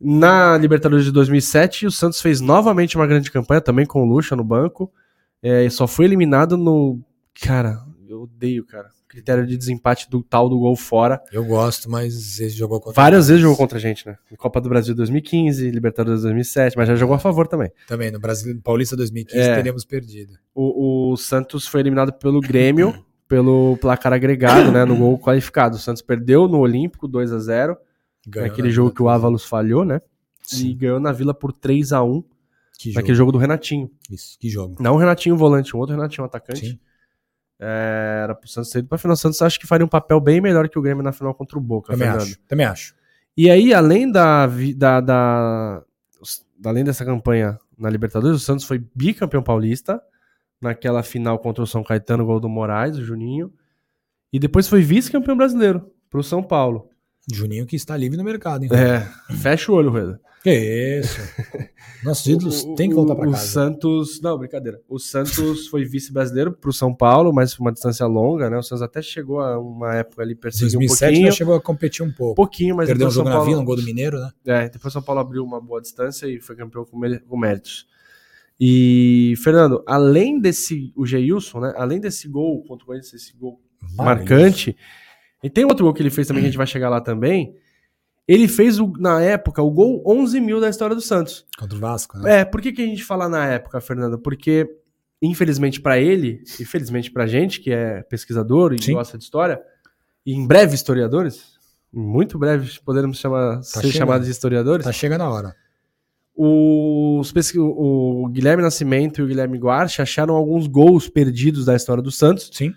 Speaker 1: Na Libertadores de 2007, o Santos fez novamente uma grande campanha, também com o Lucha no banco. É, e só foi eliminado no. Cara, eu odeio, cara. Critério de desempate do tal do gol fora.
Speaker 2: Eu gosto, mas ele jogou contra
Speaker 1: Várias vezes jogou contra a gente, né? Copa do Brasil 2015, Libertadores 2007, mas já jogou a favor também.
Speaker 2: Também no Brasil, Paulista 2015
Speaker 1: É.
Speaker 2: teríamos perdido.
Speaker 1: O, o Santos foi eliminado pelo
Speaker 2: <coughs>
Speaker 1: Grêmio, pelo placar agregado, né? No gol qualificado. O Santos perdeu no Olímpico 2 a 0
Speaker 2: Ganhou né?
Speaker 1: naquele
Speaker 2: na
Speaker 1: jogo
Speaker 2: Vila.
Speaker 1: que o Ávalos falhou, né? E
Speaker 2: Sim,
Speaker 1: ganhou na Vila por 3 a 1
Speaker 2: que jogo.
Speaker 1: naquele jogo do Renatinho.
Speaker 2: Isso, que jogo.
Speaker 1: Não o Renatinho volante, o outro Renatinho um atacante.
Speaker 2: Sim.
Speaker 1: É, Era pro Santos ter ido pra final. O Santos acho que faria um papel bem melhor que o Grêmio na final contra o Boca,
Speaker 2: Também
Speaker 1: Fernando.
Speaker 2: acho. Também acho.
Speaker 1: E aí, além da, vi- da, da- os- além dessa campanha na Libertadores, o Santos foi bicampeão paulista naquela final contra o São Caetano, gol do Moraes, o Juninho. E depois foi vice-campeão brasileiro pro São Paulo.
Speaker 2: Juninho que está livre no mercado, hein?
Speaker 1: É, fecha o olho, Rueda.
Speaker 2: Que
Speaker 1: <laughs>
Speaker 2: isso. Nossos ídolos
Speaker 1: O-
Speaker 2: têm que voltar
Speaker 1: o-
Speaker 2: pra
Speaker 1: O
Speaker 2: casa.
Speaker 1: Santos. Não, brincadeira. O Santos foi vice-brasileiro pro São Paulo, mas foi uma distância longa, né? O Santos até chegou a uma época ali perseguiu um
Speaker 2: 2007
Speaker 1: pouquinho.
Speaker 2: já chegou a competir um
Speaker 1: Um
Speaker 2: pouco.
Speaker 1: pouquinho, mas
Speaker 2: Perdeu um
Speaker 1: São
Speaker 2: jogo na
Speaker 1: Paulo,
Speaker 2: Vila, um gol do Mineiro, né?
Speaker 1: É, depois São Paulo abriu uma boa distância e foi campeão com, mé- com méritos. E, Fernando, além desse. O Geilson, né? Além desse gol contra o Corinthians, esse gol marcante. E tem outro gol que ele fez também, que a gente vai chegar lá também. Ele fez, o- na época, o gol 11 mil da história do Santos.
Speaker 2: Contra o Vasco, né?
Speaker 1: É, por que, que a gente fala na época, Fernando? Porque, infelizmente pra ele, e felizmente pra gente, que é pesquisador e
Speaker 2: Sim.
Speaker 1: gosta de história, e em breve historiadores, em muito breve poderemos chamar, ser
Speaker 2: Tá chegando.
Speaker 1: chamados de historiadores,
Speaker 2: Tá chegando a hora.
Speaker 1: os pesqui- o Guilherme Nascimento e o Guilherme Guarche acharam alguns gols perdidos da história do Santos,
Speaker 2: Sim.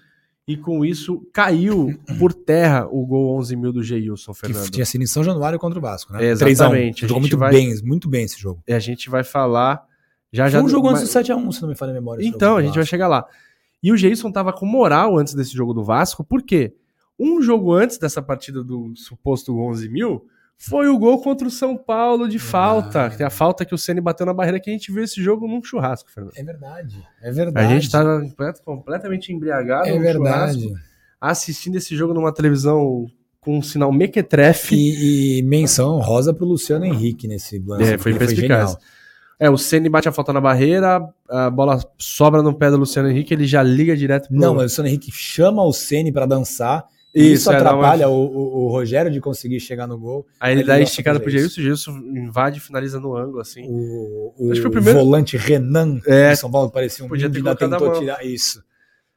Speaker 1: e com isso caiu por terra o gol 11 mil do Geilson,
Speaker 2: Que
Speaker 1: Fernando.
Speaker 2: tinha sido em São Januário contra o Vasco, né?
Speaker 1: Exatamente.
Speaker 2: 3 a 1.
Speaker 1: A gente
Speaker 2: Jogou muito
Speaker 1: vai-
Speaker 2: bem, muito bem esse jogo.
Speaker 1: E a gente vai falar já já...
Speaker 2: Foi um jogo
Speaker 1: mas-
Speaker 2: antes do 7x1, se não me falha a memória. esse
Speaker 1: Então,
Speaker 2: jogo
Speaker 1: a
Speaker 2: do
Speaker 1: gente vai
Speaker 2: Vasco.
Speaker 1: chegar lá. E o Jason tava com moral antes desse jogo do Vasco, por quê? Um jogo antes dessa partida do suposto 11 mil foi o gol contra o São Paulo
Speaker 2: Ah.
Speaker 1: de falta. que é A falta que o Ceni bateu na barreira que a gente viu esse jogo num churrasco, Fernando.
Speaker 2: É verdade. É
Speaker 1: A
Speaker 2: verdade.
Speaker 1: gente tá tava complet- completamente embriagado
Speaker 2: É
Speaker 1: num
Speaker 2: verdade.
Speaker 1: assistindo esse jogo numa televisão com um sinal mequetrefe.
Speaker 2: E, e menção rosa pro Luciano Henrique nesse lance.
Speaker 1: É, foi
Speaker 2: porque
Speaker 1: perspicaz.
Speaker 2: genial.
Speaker 1: É, o Ceni bate a falta na barreira, a bola sobra no pé do Luciano Henrique, ele já liga direto pro...
Speaker 2: Não, mas o Luciano Henrique chama o Ceni pra dançar.
Speaker 1: Isso,
Speaker 2: Isso,
Speaker 1: é, dá uma-
Speaker 2: atrapalha o, o- o Rogério de conseguir chegar no gol.
Speaker 1: Aí ele,
Speaker 2: Ele
Speaker 1: dá a
Speaker 2: gosta
Speaker 1: esticada
Speaker 2: de
Speaker 1: pro
Speaker 2: fazer
Speaker 1: Geilson, o Geilson invade e finaliza no ângulo, assim.
Speaker 2: O, o
Speaker 1: Acho que foi o primeiro-
Speaker 2: volante Renan
Speaker 1: É.
Speaker 2: de São Paulo que parecia um
Speaker 1: Podia ter
Speaker 2: índio, ainda
Speaker 1: colocado a
Speaker 2: tentou
Speaker 1: mão.
Speaker 2: tirar isso.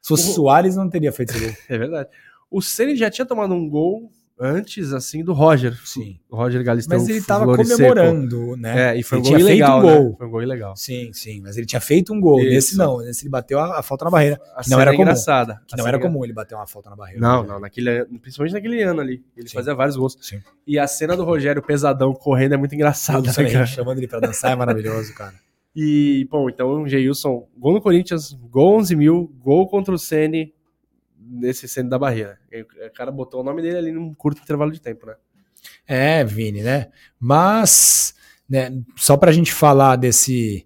Speaker 2: Se fosse
Speaker 1: O-
Speaker 2: Soares, não teria feito
Speaker 1: <laughs>
Speaker 2: esse gol.
Speaker 1: É verdade. O Ceni já tinha tomado um gol antes, assim, do Roger.
Speaker 2: Sim.
Speaker 1: O Roger Galistão.
Speaker 2: Mas ele tava
Speaker 1: Floriseco.
Speaker 2: comemorando, né?
Speaker 1: É, e foi um
Speaker 2: Ele
Speaker 1: gol
Speaker 2: tinha feito
Speaker 1: ilegal,
Speaker 2: um
Speaker 1: né?
Speaker 2: gol.
Speaker 1: Foi um gol ilegal.
Speaker 2: Sim, sim, mas ele tinha feito um gol.
Speaker 1: Isso.
Speaker 2: Nesse não, nesse ele bateu a, a falta na barreira.
Speaker 1: A
Speaker 2: não
Speaker 1: cena
Speaker 2: era
Speaker 1: é
Speaker 2: comum.
Speaker 1: engraçada.
Speaker 2: Que
Speaker 1: A
Speaker 2: não
Speaker 1: cena
Speaker 2: era
Speaker 1: é
Speaker 2: comum ele bater uma falta na barreira.
Speaker 1: Não, não, naquele, ano- principalmente naquele ano ali. Ele
Speaker 2: Sim.
Speaker 1: fazia vários gols.
Speaker 2: Sim.
Speaker 1: E a cena do Rogério pesadão correndo é muito
Speaker 2: O
Speaker 1: engraçada,
Speaker 2: Luciano
Speaker 1: né, cara?
Speaker 2: Henrique chamando ele pra dançar é maravilhoso, cara.
Speaker 1: E, bom, então o Geilson, gol no Corinthians, gol 11 mil, gol contra o Ceni nesse Ceni da barreira. E O cara botou o nome dele ali num curto intervalo de tempo, né?
Speaker 2: É, Vini, né? Mas, né, só pra gente falar desse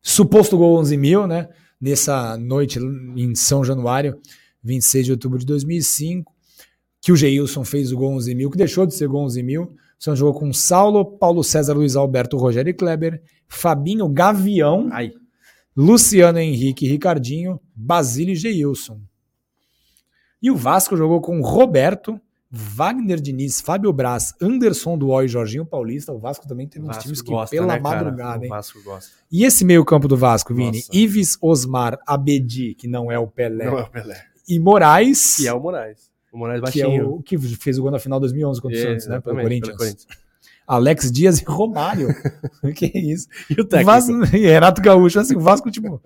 Speaker 2: suposto gol 11 mil, né? Nessa noite em São Januário, 26 de outubro de 2005, que o Geilson fez o gol 11 mil, que deixou de ser gol 11 mil. O Santos jogou com Saulo, Paulo César, Luiz Alberto, Rogério e Kleber, Fabinho, Gavião,
Speaker 1: Ai.
Speaker 2: Luciano Henrique, Ricardinho, Basílio e Geilson. E o Vasco jogou com Roberto, Wagner Diniz, Fábio Braz, Anderson Duó e Jorginho Paulista. O Vasco também teve uns
Speaker 1: Vasco
Speaker 2: times que
Speaker 1: gosta,
Speaker 2: pela
Speaker 1: né, cara?
Speaker 2: madrugada,
Speaker 1: O
Speaker 2: hein?
Speaker 1: Vasco gosta.
Speaker 2: E esse meio-campo do Vasco, Vini?
Speaker 1: Nossa.
Speaker 2: Ives, Osmar, Abedi, que não é o Pelé,
Speaker 1: o Pelé.
Speaker 2: e Moraes,
Speaker 1: Que é o Moraes. O Moraes
Speaker 2: que é
Speaker 1: baixinho.
Speaker 2: o que fez o gol na final de 2011 contra o Santos, né? Pelo
Speaker 1: Exatamente,
Speaker 2: Corinthians. Alex Dias e Romário. <laughs> que isso?
Speaker 1: <laughs> E o técnico?
Speaker 2: Vasco, e <laughs> Renato Gaúcho, assim, o Vasco, tipo,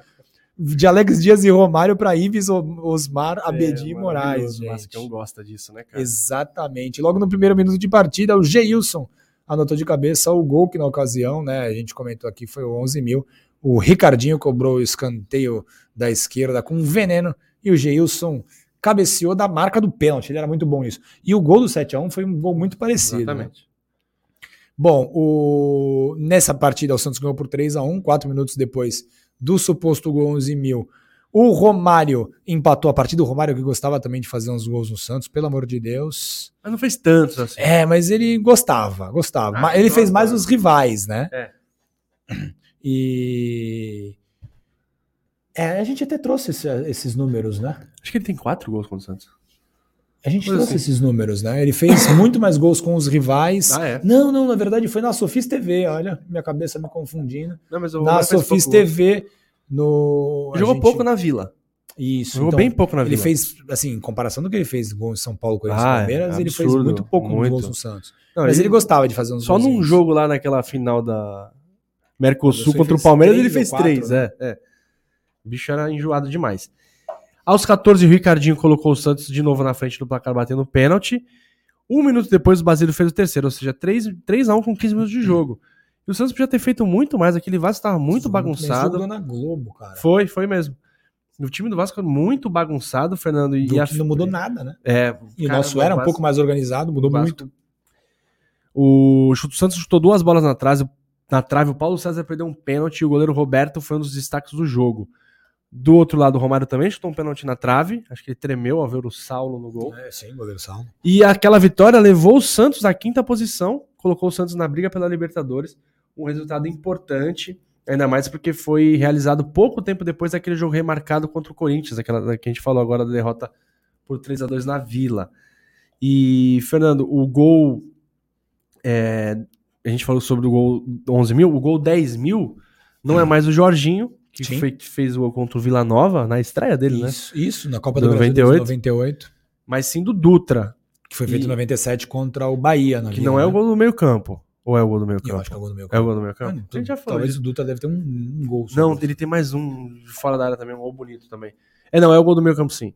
Speaker 2: de Alex Dias e Romário para Ives, O- Osmar,
Speaker 1: É,
Speaker 2: Abedi e
Speaker 1: O
Speaker 2: Moraes, gente.
Speaker 1: Vascão gosta disso, né, cara?
Speaker 2: Exatamente. Logo no primeiro minuto de partida, o Geilson anotou de cabeça o gol que na ocasião, né, a gente comentou aqui, foi o 11 mil. O Ricardinho cobrou o escanteio da esquerda com veneno e o Geilson cabeceou da marca do pênalti. Ele era muito bom nisso. E o gol do 7x1 foi um gol muito parecido. né?
Speaker 1: Exatamente.
Speaker 2: Bom, o- nessa partida o Santos ganhou por 3 a 1 quatro minutos depois do suposto gol 11 mil. O Romário empatou a partida. O Romário que gostava também de fazer uns gols no Santos, pelo amor de Deus.
Speaker 1: Mas não fez tantos assim.
Speaker 2: É, mas ele gostava, gostava.
Speaker 1: Ah,
Speaker 2: Mas ele
Speaker 1: então
Speaker 2: fez mais
Speaker 1: agora.
Speaker 2: os rivais, né?
Speaker 1: É.
Speaker 2: <clears throat> E. É, a gente até trouxe esse- esses números, né?
Speaker 1: Acho que ele tem quatro gols contra o Santos.
Speaker 2: A gente
Speaker 1: Coisa
Speaker 2: trouxe
Speaker 1: assim.
Speaker 2: esses números, né? Ele fez <laughs> muito mais gols com os rivais.
Speaker 1: Ah, é?
Speaker 2: Não, não, na verdade foi na Sofis TV, olha, minha cabeça me confundindo.
Speaker 1: Não, mas
Speaker 2: na Sofis TV, no. a
Speaker 1: Jogou
Speaker 2: gente-
Speaker 1: pouco na Vila.
Speaker 2: Isso.
Speaker 1: Jogou
Speaker 2: então,
Speaker 1: bem pouco na Vila.
Speaker 2: Ele fez, assim, em comparação do que ele fez gol em São Paulo com o
Speaker 1: Ah, é
Speaker 2: Palmeiras, ele fez
Speaker 1: absurdo,
Speaker 2: muito pouco nos
Speaker 1: muito.
Speaker 2: gols no Santos.
Speaker 1: Não,
Speaker 2: Mas ele gostava de fazer uns
Speaker 1: Só num
Speaker 2: golzinhos.
Speaker 1: jogo lá naquela final da Mercosul
Speaker 2: Mercosul
Speaker 1: contra o
Speaker 2: fez
Speaker 1: Palmeiras,
Speaker 2: três
Speaker 1: ele fez
Speaker 2: ou quatro, né?
Speaker 1: três. É, é. O bicho era enjoado demais. Aos 14, o Ricardinho colocou o Santos de novo na frente do placar, batendo pênalti. Um minuto depois, o Basílio fez o terceiro, ou seja, 3x1 com 15 minutos de jogo. E o Santos podia ter feito muito mais, aquele Vasco estava muito
Speaker 2: Jogou
Speaker 1: bagunçado.
Speaker 2: bem, jogou na Globo, cara.
Speaker 1: Foi, foi mesmo. O time do Vasco era muito bagunçado, Fernando. E,
Speaker 2: Do
Speaker 1: a-
Speaker 2: que não mudou nada, né?
Speaker 1: É,
Speaker 2: E o
Speaker 1: cara,
Speaker 2: nosso era um
Speaker 1: Vasco-
Speaker 2: pouco mais organizado, mudou
Speaker 1: o Vasco-
Speaker 2: muito.
Speaker 1: O chute- o Santos chutou duas bolas na trave, na trave, o Paulo César perdeu um pênalti e o goleiro Roberto foi um dos destaques do jogo. Do outro lado, o Romário também chutou um pênalti na trave, acho que ele tremeu ao ver o Saulo no gol.
Speaker 2: É, sim, goleiro Saulo.
Speaker 1: E aquela vitória levou o Santos à quinta posição, colocou o Santos na briga pela Libertadores, um resultado importante, ainda mais porque foi realizado pouco tempo depois daquele jogo remarcado contra o Corinthians, aquela né, que a gente falou agora da derrota por 3 a 2 na Vila. E Fernando, o gol é, a gente falou sobre o gol 11 mil, o gol 10 mil não é mais o Jorginho, que
Speaker 2: Hum. Sim.
Speaker 1: foi, que fez o gol contra o Vila Nova na estreia dele, né?
Speaker 2: Isso, isso, na Copa do
Speaker 1: 98.
Speaker 2: Brasil de 98,
Speaker 1: Mas sim do Dutra,
Speaker 2: que foi feito
Speaker 1: E-
Speaker 2: em 97 contra o Bahia. Na
Speaker 1: que
Speaker 2: Vila,
Speaker 1: não é
Speaker 2: né?
Speaker 1: o gol do meio campo. Ou é o gol do meio
Speaker 2: Eu acho que é
Speaker 1: campo?
Speaker 2: o gol do meu
Speaker 1: É o gol do meio
Speaker 2: Ah,
Speaker 1: campo?
Speaker 2: não,
Speaker 1: A gente já falou
Speaker 2: talvez
Speaker 1: disso.
Speaker 2: o Dutra deve ter um, um gol. só.
Speaker 1: Não, ele tem mais um de fora da área também, um gol bonito também. É, não, é o gol do meio campo sim.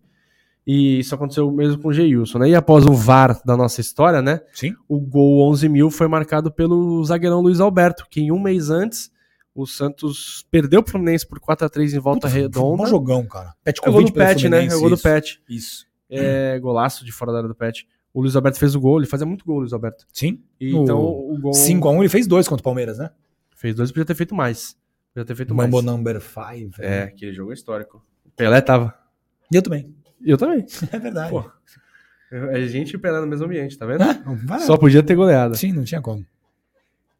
Speaker 1: E isso aconteceu mesmo com o Geilson, né? E após o VAR da nossa história, né?
Speaker 2: Sim.
Speaker 1: O gol 11 mil foi marcado pelo zagueirão Luiz Alberto, que em um mês antes o Santos perdeu o Fluminense por 4 a 3 em volta redonda.
Speaker 2: Um jogão, cara. Pet
Speaker 1: É o gol do
Speaker 2: Covid pelo
Speaker 1: Pet, né? É o gol do
Speaker 2: Fluminense,
Speaker 1: Pet.
Speaker 2: Isso. isso.
Speaker 1: É, golaço de fora da área do Pet. O Luiz Alberto fez o gol, ele fazia muito gol, Luiz Alberto.
Speaker 2: Sim.
Speaker 1: E,
Speaker 2: O
Speaker 1: então o gol
Speaker 2: 5x1, ele fez dois contra o Palmeiras, né?
Speaker 1: fez dois, podia ter feito mais. Podia ter feito
Speaker 2: Mambo
Speaker 1: mais.
Speaker 2: number 5.
Speaker 1: É, aquele jogo é histórico. Pelé tava.
Speaker 2: E eu também.
Speaker 1: Eu também.
Speaker 2: É verdade.
Speaker 1: Pô, A É gente e o Pelé no mesmo ambiente, tá <laughs> vendo?
Speaker 2: Ah, não, vai lá.
Speaker 1: Só podia ter goleada.
Speaker 2: Sim, não tinha como.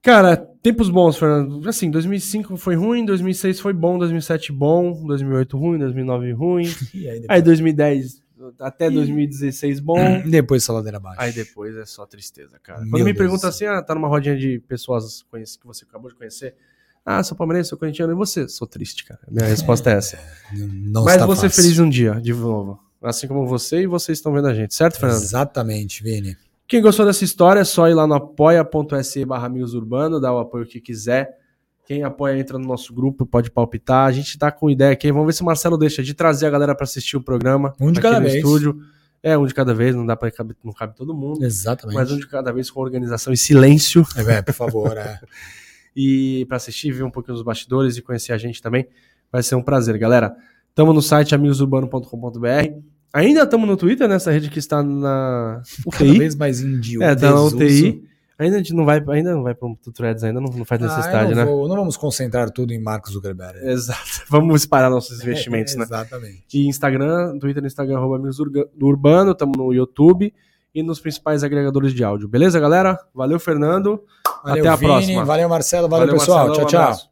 Speaker 1: Cara, tempos bons, Fernando. Assim, 2005 foi ruim, 2006 foi bom, 2007 bom, 2008 ruim, 2009 <laughs> ruim.
Speaker 2: E aí depois,
Speaker 1: Aí 2010 até 2016 bom.
Speaker 2: depois essa ladeira abaixo.
Speaker 1: <coughs> Aí depois é só tristeza, cara.
Speaker 2: Meu
Speaker 1: Quando me
Speaker 2: Deus.
Speaker 1: pergunta assim, ah, tá numa rodinha de pessoas conhece- que você acabou de conhecer. Ah, sou palmeirense, sou corintiano, e você? Sou triste, cara. Minha resposta é essa.
Speaker 2: Não
Speaker 1: Mas
Speaker 2: está
Speaker 1: vou ser
Speaker 2: fácil.
Speaker 1: feliz um dia, de novo. Assim como você e vocês estão vendo a gente, certo, Fernando?
Speaker 2: Exatamente, Vini.
Speaker 1: Quem gostou dessa história é só ir lá no apoia.se barra Amigos Urbano, dá o apoio que quiser. Quem apoia entra no nosso grupo, pode palpitar. A gente tá com ideia aqui. Vamos ver se o Marcelo deixa de trazer a galera pra assistir o programa.
Speaker 2: Um de
Speaker 1: aqui
Speaker 2: cada
Speaker 1: no
Speaker 2: vez.
Speaker 1: Estúdio. É, um de cada vez, não dá para caber, não cabe todo mundo.
Speaker 2: Exatamente.
Speaker 1: Mas um de cada vez com organização e silêncio.
Speaker 2: É, velho, por favor. <laughs> é.
Speaker 1: E pra assistir, ver um pouquinho dos bastidores e conhecer a gente também. Vai ser um prazer, galera. Tamo no site amigosurbano.com.br. Ainda estamos no Twitter, nessa rede que está na
Speaker 2: <laughs> Cada
Speaker 1: UTI.
Speaker 2: vez mais indio.
Speaker 1: É, tá na
Speaker 2: desuso.
Speaker 1: UTI. Ainda a gente não vai, ainda não vai para um Threads, ainda não, não faz
Speaker 2: Ah, eu
Speaker 1: necessidade,
Speaker 2: não,
Speaker 1: né?
Speaker 2: vou- não vamos concentrar tudo em Marcos Zuckerberg.
Speaker 1: <laughs> Exato. Vamos espalhar nossos
Speaker 2: É,
Speaker 1: investimentos, né?
Speaker 2: Exatamente.
Speaker 1: E Instagram, Twitter, Instagram, arroba Amigos Urga- do Urbano, estamos no YouTube e nos principais agregadores de áudio. Beleza, galera? Valeu, Fernando. Até a
Speaker 2: Vini,
Speaker 1: próxima.
Speaker 2: Valeu, Marcelo. Valeu,
Speaker 1: Valeu,
Speaker 2: pessoal.
Speaker 1: Marcelão, um
Speaker 2: tchau, tchau.
Speaker 1: abraço.